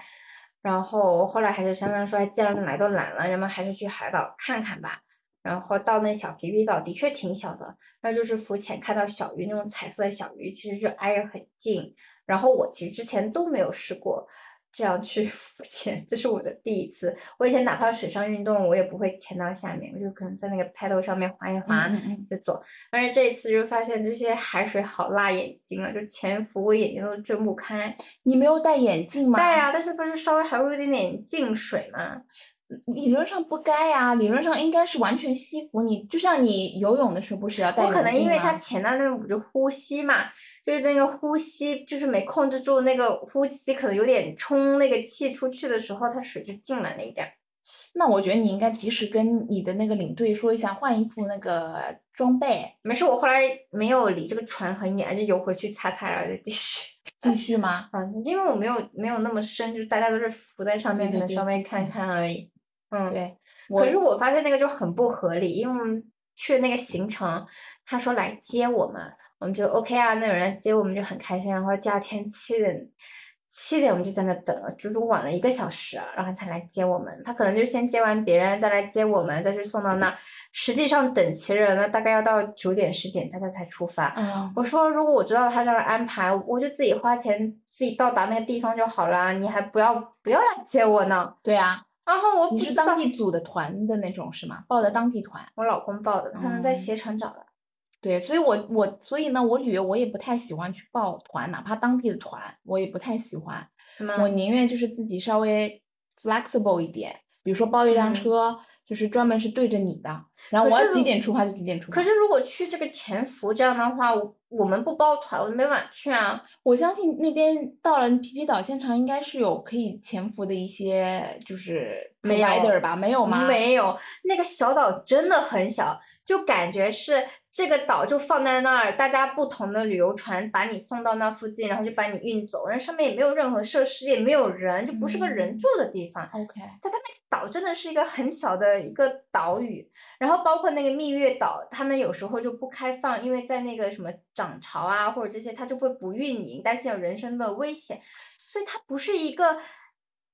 S2: 然后后来还是商量说，哎既然来都来了，人们还是去海岛看看吧。然后到那小皮皮岛的确挺小的，那就是浮潜看到小鱼那种彩色的小鱼，其实就挨着很近。然后我其实之前都没有试过这样去 <laughs> 浮潜，这是我的第一次。我以前哪怕水上运动，我也不会潜到下面，我就可能在那个 paddle 上面划一划，
S1: 嗯嗯
S2: 就走。但是这一次就发现这些海水好辣眼睛啊，就潜伏我眼睛都睁不开。
S1: 你没有戴眼镜吗？
S2: 戴啊，但是不是稍微还会有一点点进水吗？
S1: 嗯理论上不该啊，理论上应该是完全西服你，就像你游泳的时候不是要戴
S2: 我
S1: 眼镜啊
S2: 可能因为它
S1: 吗
S2: 潜到那种我就呼吸嘛，就是那个呼吸就是没控制住那个呼吸，可能有点冲那个气出去的时候，它水就进来了一点儿。
S1: 那我觉得你应该及时跟你的那个领队说一下，换一副那个装备，
S2: 没事，我后来没有离这个船很远，就游回去擦擦，然后再继续。 <laughs>
S1: 继续吗？
S2: 啊，因为我没有没有那么深，就大家都是浮在上
S1: 对
S2: 面，可
S1: 对
S2: 能
S1: 对
S2: 稍微
S1: 浮
S2: 看
S1: 潜
S2: 看而已。嗯，。
S1: 对，我
S2: 可是我发现那个就很不合理，因为我们去那个行程，他说来接我们，我们就 OK 啊，那有人来接我们就很开心。然后第二天七点，七点我们就在那等了，足足晚了一个小时啊，然后才来接我们。他可能就先接完别人，再来接我们，再去送到那儿。实际上等齐人了，大概要到九点十点大家才出发。
S1: 嗯，
S2: 我说，如果我知道他这样安排，我就自己花钱自己到达那个地方就好啦，你还不要不要来接我呢？
S1: 对啊，
S2: 然后我
S1: 你
S2: 不
S1: 是
S2: 知道
S1: 当地组的团的那种是吗？报的当地团。
S2: 我老公报的，他能在
S1: 嗯
S2: 携程找的。
S1: 对，所以我我所以呢，我旅游我也不太喜欢去报团，哪怕当地的团，我也不太喜欢。
S2: 是吗
S1: 我宁愿就是自己稍微 flexible 一点，比如说包一辆
S2: 嗯
S1: 车，就是专门是对着你的，然后
S2: 可
S1: 我
S2: 是
S1: 要几
S2: 如
S1: 点出发就几点出发。
S2: 可是如果去这个潜伏这样的话，我我们不包团，我们没法去啊。
S1: 我相信那边到了皮皮岛现场，应该是有可以潜伏的一些就是
S2: 没有
S1: provider 吧？没有吗？
S2: 没有，那个小岛真的很小，就感觉是这个岛就放在那儿，大家不同的旅游船把你送到那附近，然后就把你运走，然后上面也没有任何设施，也没有人，就不是个人
S1: 嗯
S2: 住的地方。
S1: OK，
S2: 但它那个岛真的是一个很小的一个岛屿，然后包括那个蜜月岛，他们有时候就不开放，因为在那个什么涨潮啊或者这些，它就会不运营，担心有人身的危险，所以它不是一个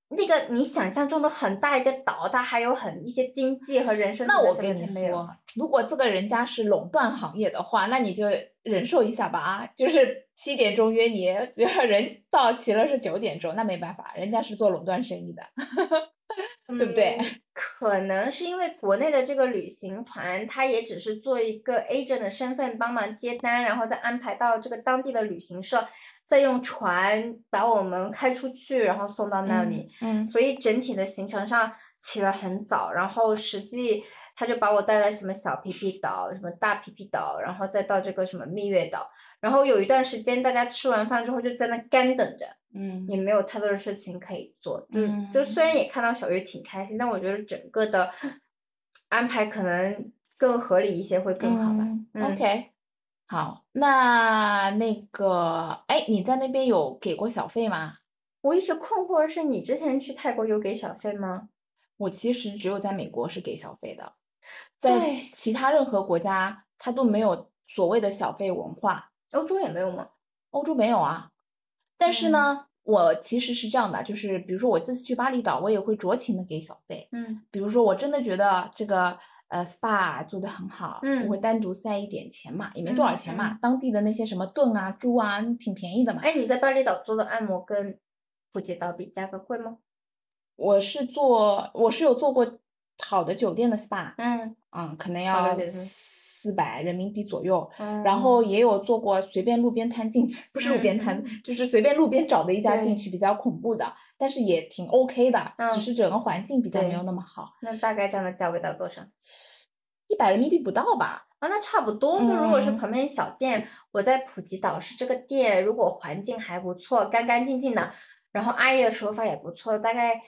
S2: 那个你想象中的很大一个岛，它还有很一些经济和人身
S1: 那
S2: 的
S1: 我
S2: 什
S1: 跟
S2: 么
S1: 你
S2: 它没有
S1: 说，如果这个人家是垄断行业的话，那你就忍受一下吧啊，就是。七点钟约你， <laughs> 人到齐了是九点钟，那没办法，人家是做垄断生意的。对不对？
S2: 嗯可能是因为国内的这个旅行团，他也只是做一个 agent 的身份帮忙接单，然后再安排到这个当地的旅行社，再用船把我们开出去，然后送到那里。
S1: 嗯，
S2: 所以整体的行程上起得很早，然后实际他就把我带来什么小皮皮岛、什么大皮皮岛，然后再到这个什么蜜月岛，然后有一段时间大家吃完饭之后就在那干等着。
S1: 嗯
S2: 也没有太多的事情可以做。嗯，就虽然也看到小月挺开心，但我觉得整个的安排可能更合理一些，会更好吧。
S1: 嗯
S2: 嗯
S1: OK，好，那那个，哎，你在那边有给过小费吗？
S2: 我一直困惑的是，你之前去泰国有给小费吗？
S1: 我其实只有在美国是给小费的，在
S2: 对
S1: 其他任何国家它都没有所谓的小费文化，
S2: 欧洲也没有吗？
S1: 欧洲没有啊。但是
S2: 嗯
S1: 呢，我其实是这样的，就是比如说我这次去巴厘岛，我也会酌情的给小费。
S2: 嗯
S1: 比如说我真的觉得这个呃 SPA 做的很好，我会
S2: 嗯
S1: 单独塞一点钱嘛，也没多少
S2: 嗯
S1: 钱嘛，当地的那些什么盾啊、珠啊，挺便宜的嘛。
S2: 哎，你在巴厘岛做的按摩跟普吉岛比，价格贵吗？
S1: 我是做，我是有做过好的酒店的 SPA，
S2: 嗯
S1: 嗯，可能
S2: 好的
S1: 要
S2: 酒店
S1: 四百人民币左右。
S2: 嗯
S1: 然后也有做过随便路边摊进，不是路边摊，就是随便路边找的一家进
S2: 嗯对
S1: 去比较恐怖的，但是也挺 OK 的，
S2: 嗯
S1: 只是整个环境比较没有
S2: 对
S1: 那么好，
S2: 那大概这样的价位到多少？
S1: 一百人民币不到吧？
S2: 啊，那差不多。就如果是
S1: 嗯
S2: 旁边小店，我在普吉岛是这个店，如果环境还不错，干干净净的，然后阿姨的手法也不错，大概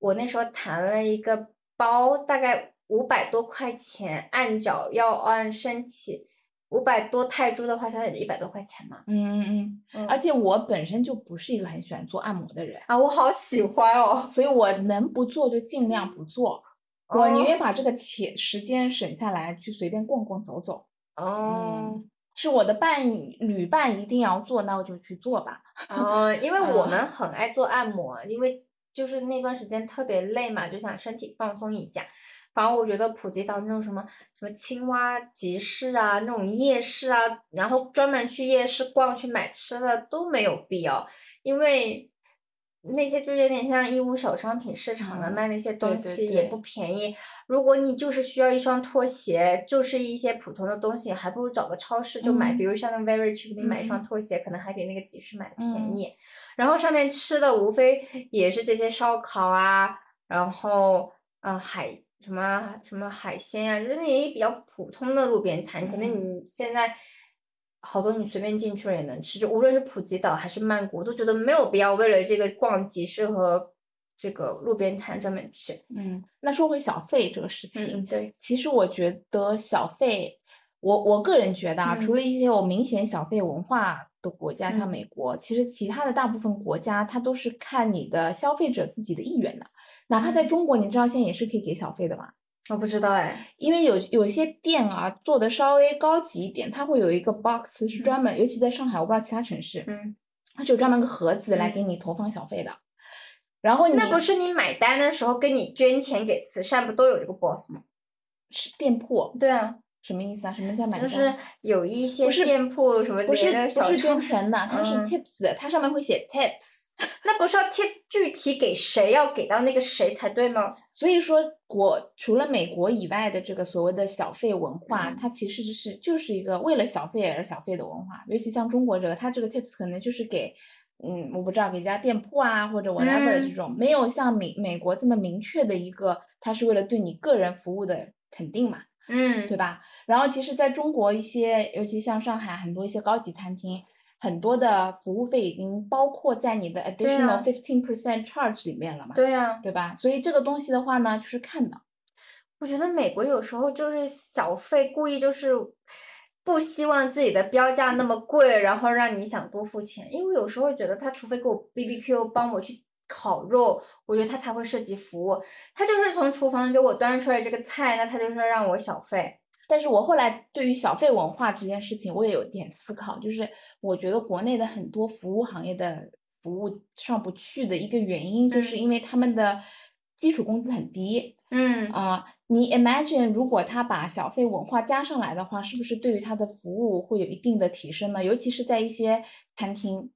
S2: 我那时候谈了一个包，大概五百多块钱，按脚要按身体，五百多泰铢的话，相当于一百多块钱嘛。
S1: 嗯嗯
S2: 嗯
S1: 嗯。而且我本身就不是一个很喜欢做按摩的人，
S2: 啊，我好喜欢哦！
S1: 所以我能不做就尽量不做，我宁
S2: 哦
S1: 愿把这个钱时间省下来去随便逛逛走走。
S2: 哦
S1: 嗯，是我的伴侣伴一定要做，那我就去做吧。 <laughs>
S2: 哦，因为我
S1: 啊
S2: 们很爱做按摩，因为就是那段时间特别累嘛，就想身体放松一下。反正我觉得普吉岛那种什么什么青蛙集市啊，那种夜市啊，然后专门去夜市逛去买吃的都没有必要，因为那些就有点像义乌小商品市场的
S1: 嗯
S2: 卖那些
S1: 对
S2: 东西
S1: 对
S2: 也
S1: 对
S2: 不便宜。如果你就是需要一双拖鞋，就是一些普通的东西，还不如找个超市就买，
S1: 嗯
S2: 比如像那 Very Cheap，你买一双
S1: 嗯
S2: 拖鞋可能还比那个集市买的便
S1: 嗯
S2: 宜。然后上面吃的无非也是这些烧烤啊，然后嗯、呃海什么什么海鲜啊，就是那些比较普通的路边摊，可能
S1: 嗯
S2: 你现在好多你随便进去了也能吃，就无论是普吉岛还是曼谷，我都觉得没有必要为了这个逛集市和这个路边摊专门去。
S1: 嗯，那说回小费这个事
S2: 嗯
S1: 情，
S2: 嗯，对，
S1: 其实我觉得小费，我我个人觉得啊，除
S2: 嗯
S1: 了一些有明显小费文化的国家，像
S2: 嗯
S1: 美国，其实其他的大部分国家，它都是看你的消费者自己的意愿的。哪怕在
S2: 嗯
S1: 中国，你知道现在也是可以给小费的嘛？
S2: 我不知道哎，
S1: 因为有有些店啊做的稍微高级一点，它会有一个 box 是专门，尤其在上海，我不知道其他城市，
S2: 嗯，
S1: 它是有专门个盒子来给
S2: 嗯
S1: 你投放小费的。然后你
S2: 那不是你买单的时候跟你捐钱给慈善不都有这个 boss 吗？
S1: 是店铺，
S2: 对啊，
S1: 什么意思啊？什么叫买
S2: 就
S1: 单？
S2: 是有一些
S1: 是
S2: 店铺什么
S1: 不是
S2: 连着
S1: 不
S2: 小
S1: 是捐
S2: 窗
S1: 钱的，它是
S2: 嗯
S1: tips 的，它上面会写 tips。
S2: 那不是要贴具体给谁，要给到那个谁才对吗？
S1: 所以说国除了美国以外的这个所谓的小费文化，
S2: 嗯
S1: 它其实是就是一个为了小费而小费的文化。尤其像中国这个，它这个 tips 可能就是给。嗯，我不知道给一家店铺啊，或者 whatever 的这
S2: 嗯
S1: 种，没有像美美国这么明确的一个，它是为了对你个人服务的肯定嘛。
S2: 嗯
S1: 对吧？然后其实在中国一些，尤其像上海很多一些高级餐厅，很多的服务费已经包括在你的
S2: 对
S1: additional
S2: 啊
S1: fifteen percent charge 里面了嘛，
S2: 对啊呀、
S1: 对吧？所以这个东西的话呢，就是看的，
S2: 我觉得美国有时候就是小费故意就是不希望自己的标价那么贵，然后让你想多付钱，因为有时候觉得他除非给我 B B Q 帮我去烤肉，我觉得他才会涉及服务，他就是从厨房给我端出来这个菜，那他就是让我小费。
S1: 但是我后来对于小费文化这件事情，我也有点思考，就是我觉得国内的很多服务行业的服务上不去的一个原因，就是
S2: 嗯
S1: 因为他们的基础工资很低
S2: 嗯
S1: 啊、你 imagine 如果他把小费文化加上来的话，是不是对于他的服务会有一定的提升呢？尤其是在一些餐厅，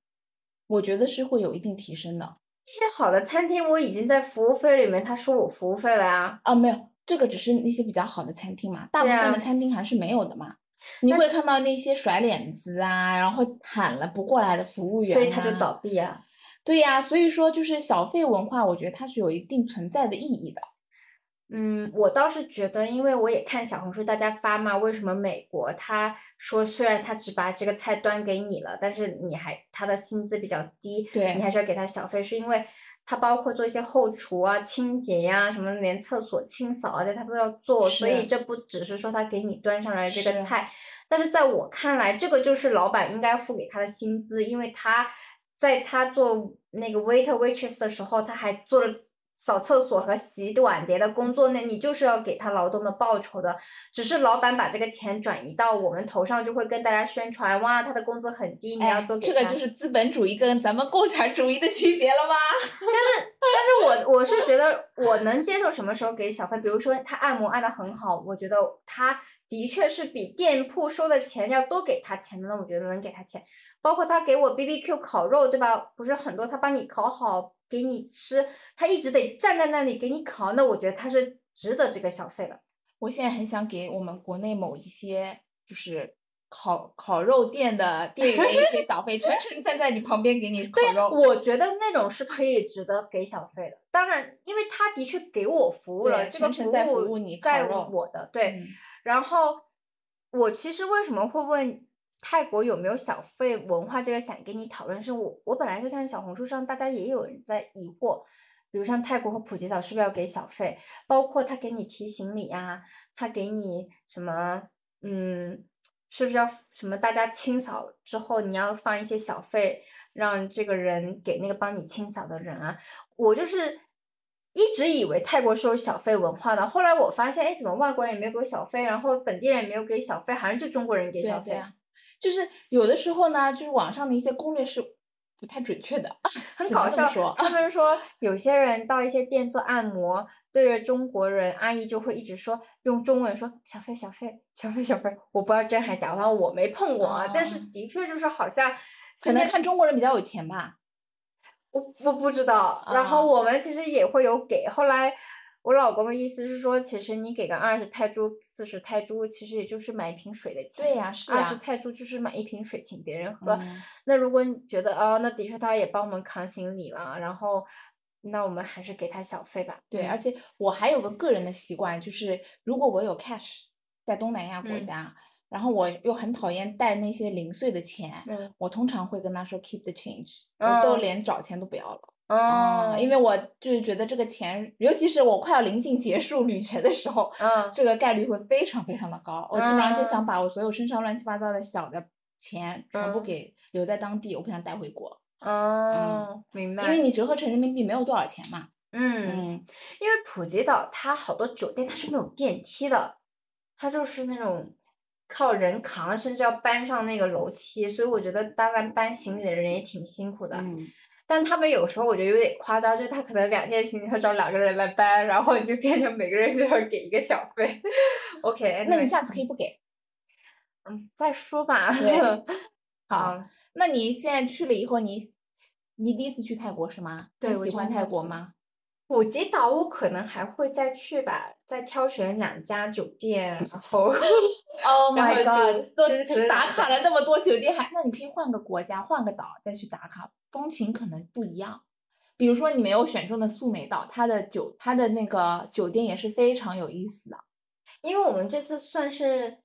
S1: 我觉得是会有一定提升的。
S2: 一些好的餐厅我已经在服务费里面，他收我服务费了呀。
S1: 啊，没有，这个只是那些比较好的餐厅嘛，大部
S2: 对
S1: 分的
S2: 啊
S1: 餐厅还是没有的嘛。你
S2: 那
S1: 会看到那些甩脸子啊，然后喊了不过来的服务员、啊
S2: 所以他就。倒闭啊呀、
S1: 对呀、所以说就是小费文化，我觉得它是有一定存在的意义的。
S2: 嗯，我倒是觉得，因为我也看小红书大家发嘛，为什么美国他说虽然他只把这个菜端给你了，但是你还他的薪资比较低，
S1: 对
S2: 你还是要给他小费，是因为他包括做一些后厨啊、清洁呀、什么，连厕所清扫啊，这他都要做，所
S1: 是
S2: 以这不只是说他给你端上来这
S1: 是
S2: 个菜，但是在我看来，这个就是老板应该付给他的薪资，因为他在他做那个 waiter waitress 的时候，他还做了扫厕所和洗碗碟的工作呢，你就是要给他劳动的报酬的。只是老板把这个钱转移到我们头上，就会跟大家宣传，哇，他的工资很低，你要
S1: 哎
S2: 多，给
S1: 这
S2: 他。
S1: 个就是资本主义跟咱们共产主义的区别了吗？
S2: 但是我我是觉得我能接受什么时候给小费，比如说他按摩按的很好，我觉得他的确是比店铺收的钱要多给他钱的，那我觉得能给他钱。包括他给我 B B Q 烤肉，对吧？不是很多，他帮你烤好给你吃，他一直得站在那里给你烤，那我觉得他是值得这个小费的。
S1: 我现在很想给我们国内某一些就是烤烤肉店的店员一些小费，全程站在你旁边给你烤肉。
S2: 啊我觉得那种是可以值得给小费的，当然，因为他的确给我服务了，
S1: 对
S2: 这个
S1: 全程
S2: 服
S1: 在服务
S2: 务
S1: 你烤
S2: 在
S1: 肉
S2: 我的，对。
S1: 嗯
S2: 然后我其实为什么会问泰国有没有小费文化这个，想跟你讨论，是我我本来是看小红书上大家也有人在疑惑，比如像泰国和普吉岛是不是要给小费，包括他给你提行李啊，他给你什么，嗯，是不是要什么大家清扫之后你要放一些小费，让这个人给那个帮你清扫的人啊，我就是一直以为泰国是有小费文化的，后来我发现，哎，怎么外国人也没有给我小费，然后本地人也没有给小费，好像就中国人给
S1: 对
S2: 小
S1: 啊对
S2: 费。
S1: 啊，就是有的时候呢，就是网上的一些攻略是不太准确的，
S2: 啊
S1: <laughs>
S2: 很
S1: 只能
S2: 搞
S1: 这么
S2: 笑。
S1: 说
S2: 他们说有些人到一些店做按摩，对着中国人阿姨就会一直说用中文说小费小费小费小费，我不知道真还假，反正我没碰过啊。但是
S1: 啊
S2: 的确就是好像
S1: 可
S2: 现
S1: 能
S2: 在
S1: 看中国人比较有钱吧。
S2: 我我不知道。然后
S1: 啊
S2: 我们其实也会有给，后来我老公的意思是说，其实你给个二十泰铢、四十泰铢，其实也就是买一瓶水的钱。
S1: 对呀是
S2: 二
S1: 呀
S2: 十泰铢就是买一瓶水请别人喝。
S1: 嗯
S2: 那如果你觉得哦，那的确他也帮我们扛行李了，然后那我们还是给他小费吧。
S1: 对，
S2: 嗯
S1: 而且我还有个个人的习惯，就是如果我有 cash 在东南亚国
S2: 嗯
S1: 家，然后我又很讨厌带那些零碎的钱，
S2: 嗯
S1: 我通常会跟他说 keep the change，、我都
S2: 嗯
S1: 连找钱都不要了。啊
S2: 哦，
S1: 因为我就是觉得这个钱，尤其是我快要临近结束旅程的时候，
S2: 嗯
S1: 这个概率会非常非常的高。我基本上就想把我所有身上乱七八糟的小的钱全部
S2: 嗯
S1: 给留在当地，我不想带回国，
S2: 哦，明白。
S1: 因为你折合成人民币没有多少钱嘛。
S2: 嗯，
S1: 嗯，
S2: 因为普吉岛它好多酒店它是没有电梯的，它就是那种靠人扛，甚至要搬上那个楼梯，所以我觉得当然搬行李的人也挺辛苦的。
S1: 嗯
S2: 但他们有时候我觉得有点夸张，就是他可能两件行李他找两个人来搬，然后你就变成每个人就要给一个小费。OK，
S1: 那
S2: anyway
S1: 你下次可以不给。
S2: 嗯再说吧。 <laughs> 嗯
S1: 对好，
S2: 好，
S1: 那你现在去了以后，你你第一次去泰国是吗？
S2: 对
S1: 你
S2: 我
S1: 喜
S2: 去
S1: 欢
S2: 了
S1: 泰
S2: 泰
S1: 国
S2: 国
S1: 吗？
S2: 普吉岛我可能还会再去吧，再挑选两家酒店，然后
S1: Oh my
S2: 然后就
S1: god！都
S2: 就是可
S1: 去
S2: 能
S1: 打
S2: 两
S1: 卡
S2: 个
S1: 了那么多酒店还，那你可以换个国家，换个岛再去打卡，风情可能不一样。比如说你没有选中的素梅岛，它的酒它的那个酒店也是非常有意思的。
S2: 因为我们这次算是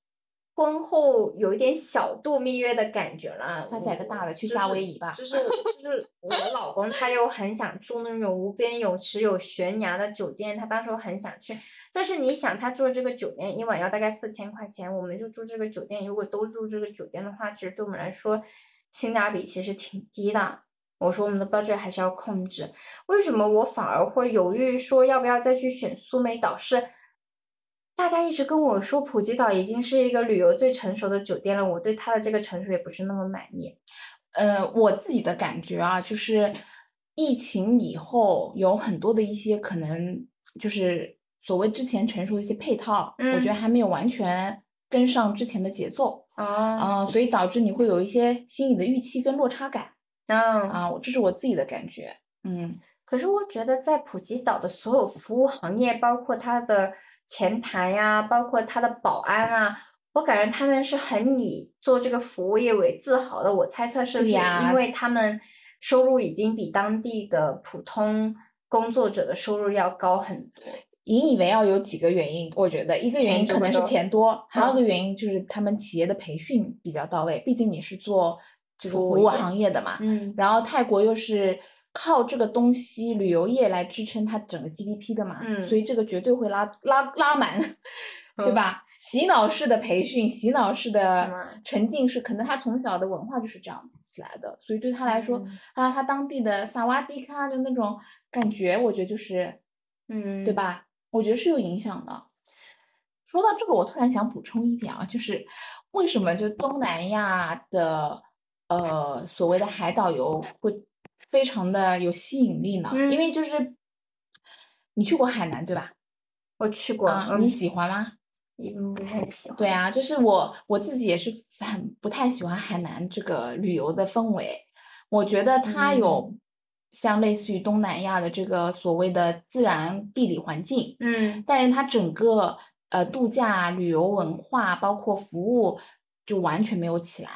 S2: 婚后有一点小度蜜月的感觉了。
S1: 下次来个
S2: 我
S1: 大的去
S2: 就
S1: 夏
S2: 是
S1: 威夷吧
S2: 就是我就是我的老公，他又很想住那种无边泳池、有悬崖的酒店，他当时很想去。但是你想，他住这个酒店一晚要大概四千块钱，我们就住这个酒店，如果都住这个酒店的话，其实对我们来说性价比其实挺低的。我说我们的 budget 还是要控制。为什么我反而会犹豫说要不要再去选苏梅岛？是大家一直跟我说普吉岛已经是一个旅游最成熟的酒店了，我对它的这个成熟也不是那么满意。
S1: 呃，我自己的感觉啊，就是疫情以后有很多的一些可能就是所谓之前成熟的一些配套，我觉得
S2: 嗯
S1: 还没有完全跟上之前的节奏
S2: 哦，
S1: 啊、所以导致你会有一些心理的预期跟落差感
S2: 嗯，
S1: 哦啊、我这是我自己的感觉。嗯，
S2: 可是我觉得在普吉岛的所有服务行业，包括它的前台呀、包括它的保安啊，我感觉他们是很以做这个服务业为自豪的。我猜测是不
S1: 对
S2: 是
S1: 呀
S2: 因为他们收入已经比当地的普通工作者的收入要高很多？
S1: 引以为傲有几个原因，我觉得一个
S2: 钱
S1: 原因
S2: 足
S1: 可
S2: 够
S1: 能是
S2: 多
S1: 钱多，还有一
S2: 嗯
S1: 个原因就是他们企业的培训比较到位，毕竟你是做就是
S2: 服
S1: 服
S2: 务
S1: 务
S2: 业
S1: 行业的嘛。
S2: 嗯，
S1: 然后泰国又是靠这个东西旅游业来支撑它整个 GDP 的嘛，所以这个绝对会拉拉拉满，对
S2: 嗯
S1: 吧？洗脑式的培训，洗脑式的
S2: 吗
S1: 沉浸式，可能他从小的文化就是这样子起来的，所以对他来说，啊，他当地的萨瓦迪卡就那种感觉，我觉得就是
S2: 嗯，
S1: 对？吧？我觉得是有影响的。说到这个，我突然想补充一点啊，就是为什么就东南亚的呃所谓的海岛游会非常的有吸引力呢？因
S2: 嗯
S1: 为就是你去过海南对吧？
S2: 我去过，
S1: 啊、
S2: 嗯
S1: 你喜欢吗？
S2: 嗯不是很喜欢。
S1: 对啊，就是我我自己也是很不太喜欢海南这个旅游的氛围，我觉得
S2: 嗯
S1: 它有像类似于东南亚的这个所谓的自然地理环境，
S2: 嗯
S1: 但是它整个呃度假旅游文化包括服务就完全没有起来，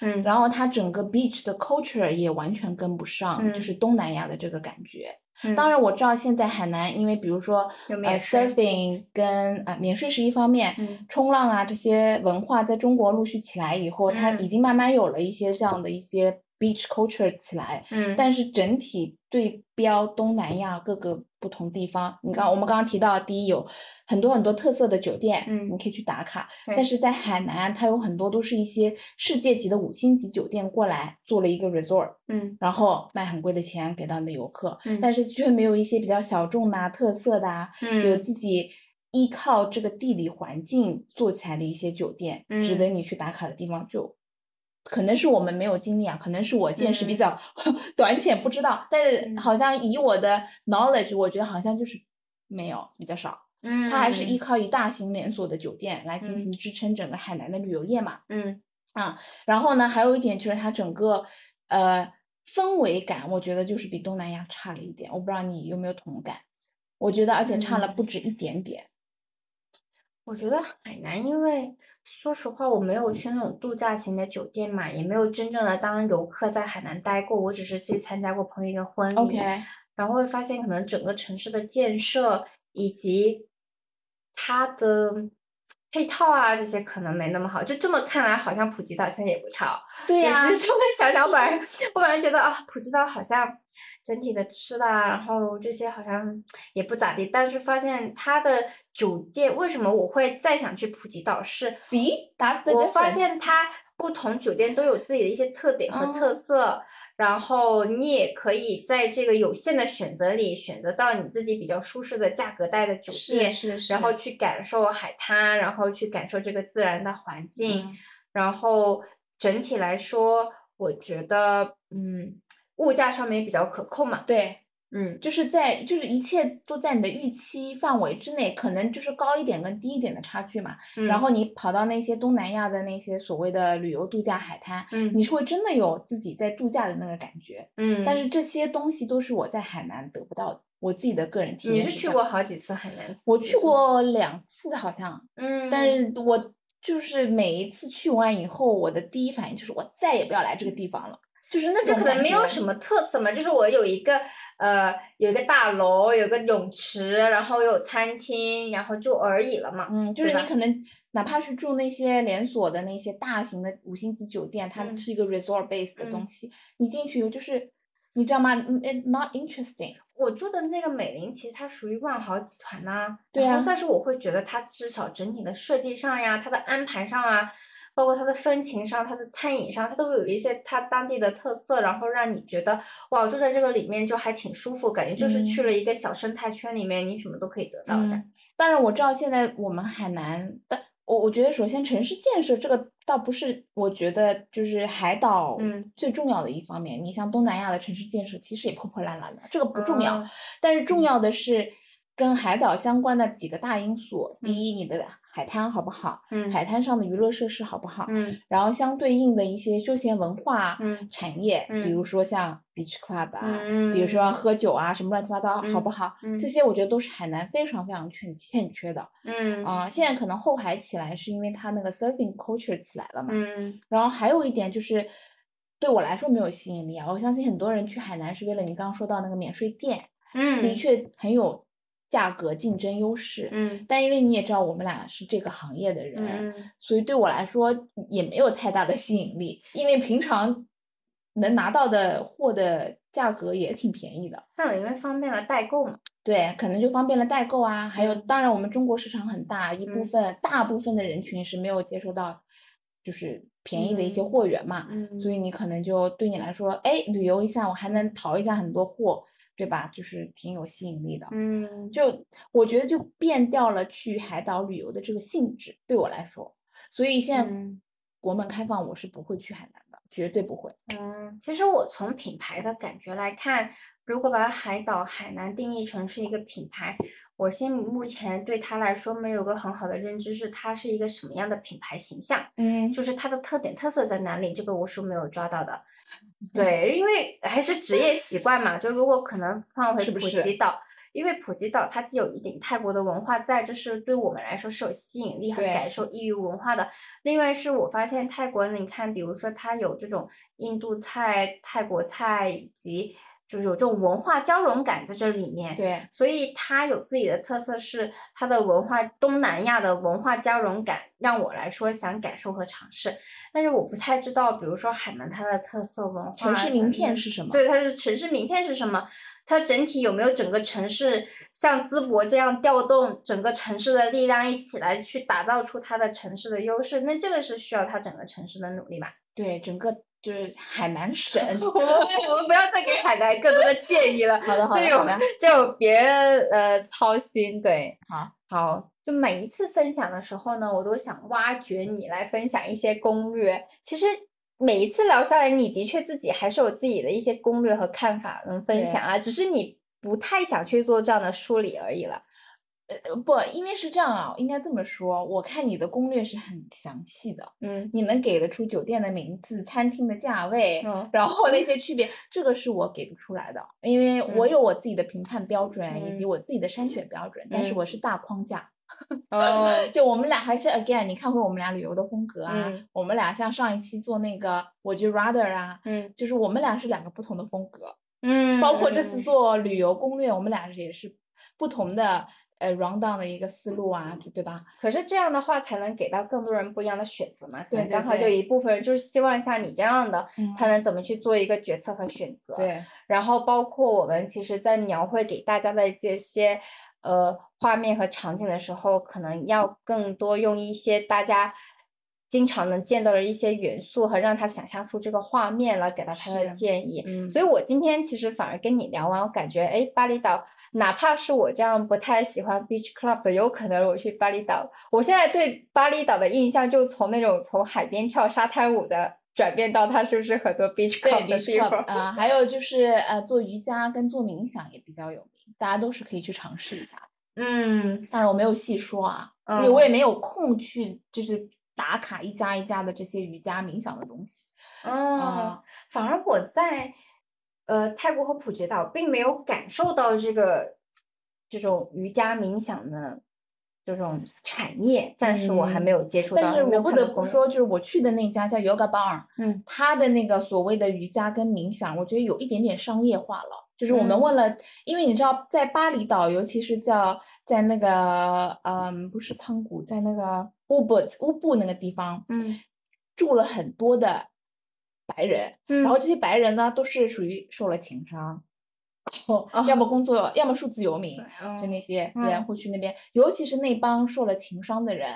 S2: 嗯，
S1: 然后它整个 beach 的 culture 也完全跟不上，就
S2: 嗯
S1: 是东南亚的这个感觉。
S2: 嗯
S1: 当然我知道现在海南因为比如说
S2: 有免
S1: 呃
S2: 税
S1: surfing 跟呃免税是一方面，
S2: 嗯
S1: 冲浪啊这些文化在中国陆续起来以后，它已
S2: 嗯
S1: 经慢慢有了一些这样的一些 beach culture 起来，
S2: 嗯，
S1: 但是整体对标东南亚各个不同地方，你刚我们刚刚提到，第一有很多很多特色的酒店，
S2: 嗯
S1: 你可以去打卡，
S2: 对
S1: 但是在海南啊，它有很多都是一些世界级的五星级酒店过来做了一个 resort，
S2: 嗯
S1: 然后卖很贵的钱给到你的游客，
S2: 嗯
S1: 但是却没有一些比较小众的、啊、特色的啊，有
S2: 嗯
S1: 自己依靠这个地理环境做起来的一些酒店，值
S2: 嗯
S1: 得你去打卡的地方就。可能是我们没有经历啊，可能是我见识比
S2: 嗯
S1: 较 <laughs> 短浅，不知道。但是
S2: 嗯
S1: 好像以我的 knowledge，我觉得好像就是没有比较少。
S2: 嗯，
S1: 它还是依靠一大型连锁的酒店来进
S2: 嗯
S1: 行支撑整个海南的旅游业嘛。
S2: 嗯
S1: 然后呢，还有一点就是它整个呃氛围感，我觉得就是比东南亚差了一点。我不知道你有没有同感？我觉得而且差
S2: 嗯
S1: 了不止一点点。
S2: 我觉得海南，因为说实话，我没有去那种度假型的酒店嘛，也没有真正的当游客在海南待过，我只是去参加过朋友一个婚礼。
S1: OK，
S2: 然后会发现，可能整个城市的建设以及它的配套啊，这些可能没那么好。就这么看来，好像普吉岛现在也不差哦。
S1: 对啊
S2: 就
S1: 呀、
S2: 就是这么想想，
S1: 就
S2: 我本来我本来觉得啊，普吉岛好像整体的吃的啊，然后这些好像也不咋地，但是发现它的酒店为什么我会再想去普吉岛是，
S1: See, that's the
S2: 我发
S1: difference.
S2: 现它不同酒店都有自己的一些特点和
S1: 哦
S2: 特色。然后你也可以在这个有限的选择里选择到你自己比较舒适的价格带的酒
S1: 是
S2: 店，
S1: 是是，
S2: 然后去感受海滩，然后去感受这个自然的环境，
S1: 嗯
S2: 然后整体来说，我觉得，嗯，物价上面也比较可控嘛。
S1: 对，
S2: 嗯
S1: 就是在就是一切都在你的预期范围之内，可能就是高一点跟低一点的差距嘛。
S2: 嗯
S1: 然，后你跑到那些东南亚的那些所谓的旅游度假海滩，
S2: 嗯
S1: 你是会真的有自己在度假的那个感觉。
S2: 嗯，
S1: 但是这些东西都是我在海南得不到的，我自己的个人体验。
S2: 你是去过？好几次海南？
S1: 我去过两次好像，
S2: 嗯，
S1: 但是我就是每一次去完以后，我的第一反应就是我再也不要来这个地方了，就是那
S2: 就
S1: 种
S2: 可能
S1: 感
S2: 没有
S1: 觉
S2: 什么特色嘛，就是我有一个呃，有一个大楼，有个泳池，然后有餐厅，然后就而已了嘛。
S1: 嗯，就
S2: 对
S1: 是你
S2: 吧
S1: 可能哪怕是住那些连锁的那些大型的五星级酒店，它
S2: 嗯
S1: 是一个 resort base 的
S2: 嗯
S1: 东西，你进去就是你知道吗嗯？It not interesting。
S2: 我住的那个美林，其实它属于万豪集团呐、
S1: 对
S2: 然后
S1: 啊
S2: 但是我会觉得它至少整体的设计上呀，它的安排上啊，包括它的风情上、它的餐饮上，它都有一些它当地的特色，然后让你觉得哇，住在这个里面就还挺舒服，感觉就是去
S1: 嗯
S2: 了一个小生态圈里面，你什么都可以得到的。
S1: 嗯，当然我知道现在我们海南的，我我觉得首先城市建设这个倒不是，我觉得就是海岛
S2: 嗯
S1: 最重要的一方面。你像东南亚的城市建设其实也破破烂烂的，这个不重要，
S2: 啊
S1: 但是重要的是跟海岛相关的几个大因素。第一，你的海滩好不好，
S2: 嗯
S1: 海滩上的娱乐设施好不好，
S2: 嗯
S1: 然后相对应的一些休闲文化
S2: 嗯
S1: 产业，比
S2: 嗯
S1: 如说像 beach club 啊，
S2: 嗯，
S1: 比如说喝酒啊什么乱七八糟，好
S2: 嗯
S1: 不好？
S2: 嗯
S1: 这些我觉得都是海南非常非常欠欠缺的
S2: 嗯
S1: 啊、现在可能后海起来是因为它那个 surfing culture 起来了嘛，
S2: 嗯
S1: 然后还有一点就是。对我来说没有吸引力啊！我相信很多人去海南是为了你刚刚说到那个免税店，
S2: 嗯，
S1: 的，确很有价格竞争优势。
S2: 嗯
S1: 但因为你也知道，我们俩是这个行业的人，
S2: 嗯
S1: 所以对我来说也没有太大的吸引力，因为平常能拿到的货的价格也挺便宜的。
S2: 那因为方便了代购嘛，
S1: 对，可能就方便了代购啊，还有
S2: 嗯
S1: 当然我们中国市场很大，一部
S2: 嗯
S1: 分、大部分的人群是没有接受到就是便宜的一些
S2: 嗯
S1: 货源嘛，
S2: 嗯
S1: 所以你可能就对你来说，哎，旅游一下我还能淘一下很多货，对吧？就是挺有吸引力的。
S2: 嗯
S1: 就我觉得就变掉了去海岛旅游的这个性质，对我来说，所以现在
S2: 嗯
S1: 国门开放，我是不会去海南的，绝对不会。
S2: 嗯，其实我从品牌的感觉来看，如果把海岛海南定义成是一个品牌，我现目前对它来说没有个很好的认知，是它是一个什么样的品牌形象。
S1: 嗯
S2: 就是它的特点特色在哪里，这个我是没有抓到的。
S1: 嗯
S2: 对，因为还是职业习惯嘛，就如果可能放回
S1: 是不
S2: 普
S1: 是
S2: 吉岛，因为普吉岛它既有一点泰国的文化在，这是对我们来说是有吸引力和
S1: 对
S2: 感受异域文化的。另外是我发现泰国，你看，比如说它有这种印度菜、泰国菜以及就是有这种文化交融感在这里面。
S1: 对，
S2: 所以它有自己的特色，是它的文化东南亚的文化交融感，让我来说想感受和尝试。但是我不太知道，比如说海南它的特色文化，
S1: 城市名片
S2: 嗯
S1: 是什么？
S2: 对，它是城市名片是什么？它整体有没有整个城市像淄博这样调动整个城市的力量一起来去打造出它的城市的优势？那这个是需要它整个城市的努力吧？ <laughs>
S1: 对，整个就是海南省。
S2: 我们我们不要再给海南更多的建议了。
S1: 好的，好
S2: 就
S1: 的，
S2: 有
S1: 好的。
S2: 就有别人呃操心。对，
S1: 好，
S2: 好，就每一次分享的时候呢，我都想挖掘你来分享一些攻略。其实每一次聊下来，你的确自己还是有自己的一些攻略和看法能分
S1: 对
S2: 享啊，只是你不太想去做这样的梳理而已了。
S1: 呃不，因为是这样啊，应该这么说。我看你的攻略是很详细的，
S2: 嗯
S1: 你能给得出酒店的名字、餐厅的价位，
S2: 嗯
S1: 然后那些区别，这个是我给不出来的，因为我
S2: 嗯
S1: 有我自己的评判标准、以及
S2: 嗯
S1: 我自己的筛选标准，但是
S2: 嗯
S1: 我是大框架。
S2: 哦，
S1: 就我们俩还是 again，你看回我们俩旅游的风格啊，
S2: 嗯
S1: 我们俩像上一期做那个我就 rather 啊，
S2: 嗯
S1: 就是我们俩是两个不同的风格，
S2: 嗯，
S1: 包括这次
S2: 嗯
S1: 做旅游攻略，我们俩也是不同的呃 round down 的一个思路啊，就对吧？
S2: 可是这样的话，才能给到更多人不一样的选择嘛。可
S1: 对
S2: 能
S1: 对
S2: 刚好就
S1: 对
S2: 一部分人就是希望像你这样的，
S1: 嗯
S2: 他能怎么去做一个决策和选择。
S1: 对，
S2: 然后包括我们其实，在描绘给大家的这些呃画面和场景的时候，可能要更多用一些大家经常能见到的一些元素和让他想象出这个画面来给到他的
S1: 是
S2: 建议。
S1: 嗯
S2: 所以我今天其实反而跟你聊完，我感觉哎，巴厘岛，哪怕是我这样不太喜欢 beach club 的，有可能我去巴厘岛，我现在对巴厘岛的印象就从那种从海边跳沙滩舞的。转变到它是不是很多 beach
S1: 对
S2: club 的
S1: beach
S2: 地
S1: club
S2: 方？
S1: 啊、还有就是呃，做瑜伽跟做冥想也比较有名，大家都是可以去尝试一下的。
S2: <laughs> 嗯，
S1: 当然我没有细说啊，因为我
S2: 嗯
S1: 也没有空去就是打卡一家一家的这些瑜伽冥想的东西
S2: 哦，
S1: 啊、
S2: 反而我在呃泰国和普吉岛并没有感受到这个这种瑜伽冥想的这种产业，暂时我还没有接触到，
S1: 嗯但是
S2: 没
S1: 我
S2: 有
S1: 不
S2: 看
S1: 得
S2: 到
S1: 不
S2: 攻略，
S1: 说，就是我去的那家叫 Yoga Bar，
S2: 嗯
S1: 它的那个所谓的瑜伽跟冥想，我觉得有一点点商业化了。就是我们
S2: 嗯
S1: 问了，因为你知道，在巴厘岛，尤其是叫在那个嗯，不是仓谷，在那个乌布乌布那个地方，
S2: 嗯，
S1: 住了很多的白人，
S2: 嗯，
S1: 然后这些白人呢，都是属于受了情伤， <laughs> 然后
S2: 哦
S1: 要么工作，要么数字游民，就那些人
S2: 嗯
S1: 会去那边，尤其是那帮受了情伤的人。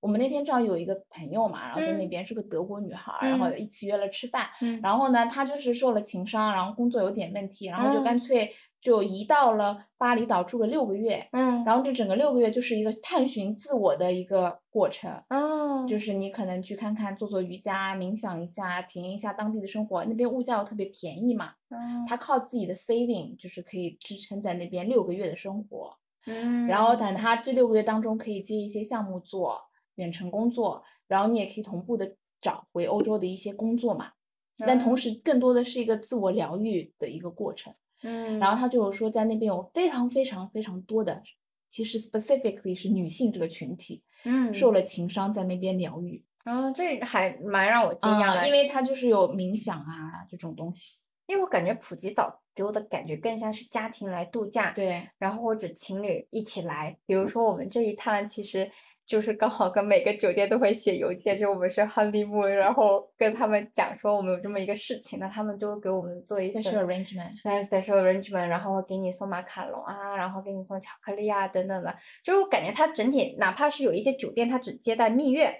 S1: 我们那天正好有一个朋友嘛，然后在那
S2: 嗯
S1: 边是个德国女孩儿，然后
S2: 嗯
S1: 一起约了吃饭。
S2: 嗯
S1: 然后呢，她就是受了情伤，然后工作有点问题，然后就
S2: 嗯
S1: 干脆就移到了巴厘岛住了六个月。
S2: 嗯，
S1: 然后这整个六个月就是一个探寻自我的一个过程，
S2: 哦，
S1: 就是你可能去看看做做瑜伽、冥想一下，体验一下当地的生活。那边物价又特别便宜嘛，
S2: 哦
S1: 他靠自己的 saving 就是可以支撑在那边六个月的生活。
S2: 嗯，
S1: 然后等他这六个月当中可以接一些项目做远程工作，然后你也可以同步的找回欧洲的一些工作嘛。但同
S2: 时，
S1: 时更多的是一个自我疗愈的一个过程。
S2: 嗯，
S1: 然后他就有说，在那边有非常非常非常多的，其实 specifically 是女性这个群体
S2: 嗯，
S1: 受了情伤，在那边疗愈。
S2: 然后这还蛮让我惊讶
S1: 啊
S2: 的，
S1: 因为他就是有冥想啊这种东西。
S2: 因为我感觉普吉岛给我的感觉更像是家庭来度假，
S1: 对，
S2: 然后或者情侣一起来。比
S1: 嗯
S2: 如说我们这一趟其实就是刚好跟每个酒店都会写邮件，就我们是 honeymoon，然后跟他们讲说我们有这么一个事情，那他们就给我们做一些
S1: special arrangement。
S2: nice special arrangement，然后给你送马卡龙啊，然后给你送巧克力啊等等的，就是我感觉它整体哪怕是有一些酒店它只接待蜜月，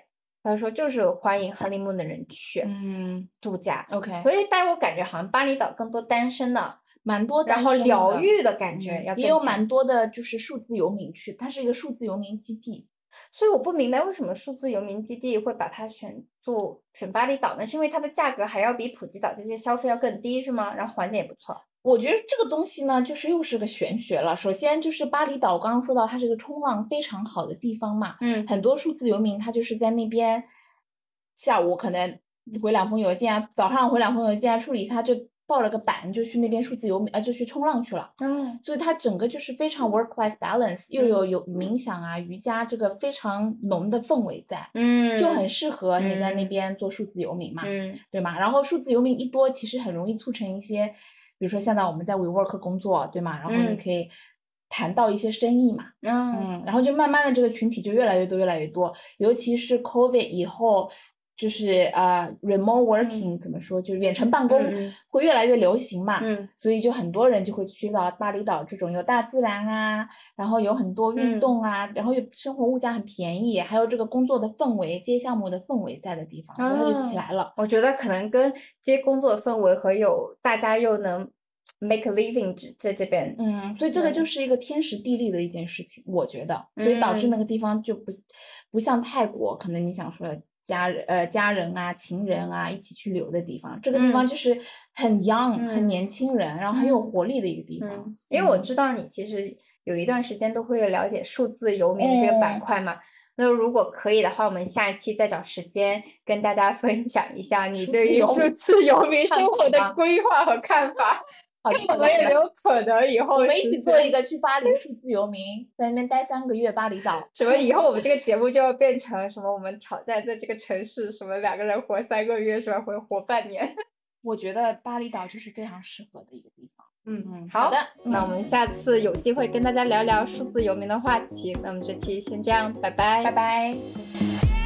S2: 他说就是欢迎 honeymoon 的人去
S1: 嗯
S2: 度假。
S1: ，OK，
S2: 所以，但是我感觉好像巴厘岛更多单身的，
S1: 蛮多单
S2: 然后
S1: 身的
S2: 疗愈的感觉
S1: 嗯
S2: 要
S1: 也有
S2: 更强
S1: 蛮多的，就是数字游民去，它是一个数字游民基地。
S2: 所以我不明白为什么数字游民基地会把它选做选巴厘岛呢？是因为它的价格还要比普吉岛这些消费要更低是吗？然后环境也不错。
S1: 我觉得这个东西呢，就是又是个玄学了。首先就是巴厘岛，我刚刚说到它是个冲浪非常好的地方嘛，
S2: 嗯
S1: 很多数字游民他就是在那边，下午可能回两封邮件啊，早上回两封邮件啊，处理一下就报了个版，就去那边数字游民啊，就去冲浪去了。
S2: 嗯
S1: 所以它整个就是非常 work life balance，又有有冥想啊、瑜伽这个非常浓的氛围在，
S2: 嗯
S1: 就很适合你在那
S2: 嗯
S1: 边做数字游民嘛，
S2: 嗯
S1: 对吗？然后数字游民一多，其实很容易促成一些，比如说现在我们在 WeWork 工作，对吗？然后你
S2: 嗯
S1: 可以谈到一些生意嘛，
S2: 嗯
S1: 嗯，然后就慢慢的这个群体就越来越多，越来越多，尤其是 COVID 以后。就是呃，remote working 怎么说，就是远程办公
S2: 嗯嗯
S1: 会越来越流行嘛。
S2: 嗯
S1: 所以就很多人就会去到巴厘岛这种有大自然啊，然后有很多运
S2: 嗯
S1: 动啊，然后又生活物价很便宜，还有这个工作的氛围、接项目的氛围在的地方，然后它就起
S2: 哦
S1: 来了。
S2: 我觉得可能跟接工作氛围和有大家又能 make a living 这在这边，
S1: 嗯，所以这个就
S2: 嗯
S1: 是一个天时地利的一件事情，我觉得，所以导致那
S2: 嗯
S1: 个地方就不不像泰国，可能你想说的家人呃家人啊、情人啊一起去旅游的地方，这个地方
S2: 嗯
S1: 就是很 young、很
S2: 嗯
S1: 年轻人，然后很有
S2: 嗯
S1: 活力的一个地方。
S2: 嗯，因为我
S1: 嗯
S2: 知道你其实有一段时间都会了解数字游民的这个板
S1: 嗯
S2: 块嘛。那如果可以的话，我们下一期再找时间跟大家 <laughs> 分享一下你
S1: 数
S2: 对
S1: 字
S2: 于
S1: 游
S2: 数
S1: 民
S2: 字游民
S1: 看
S2: 生
S1: 法
S2: 活的
S1: 吗
S2: 规划和看法。
S1: 好的，
S2: 看
S1: 好
S2: 我们
S1: 的
S2: 有
S1: 好
S2: 没
S1: 的
S2: 有可能以后
S1: 我们一
S2: 时
S1: 起做
S2: 间
S1: 一个去巴黎数字游民，在那边待三个月巴厘岛。
S2: 什么？以后我们这个节目就要变成什么？我们挑战在这个城市什么两个人活三个月，什么活活半年。
S1: 我觉得巴厘岛就是非常适合的一个地方。嗯，
S2: 好
S1: 的，
S2: 那我
S1: 嗯
S2: 们下次有机会跟大家聊聊数字游民的话题。那我们这期先这样，拜拜，
S1: 拜拜。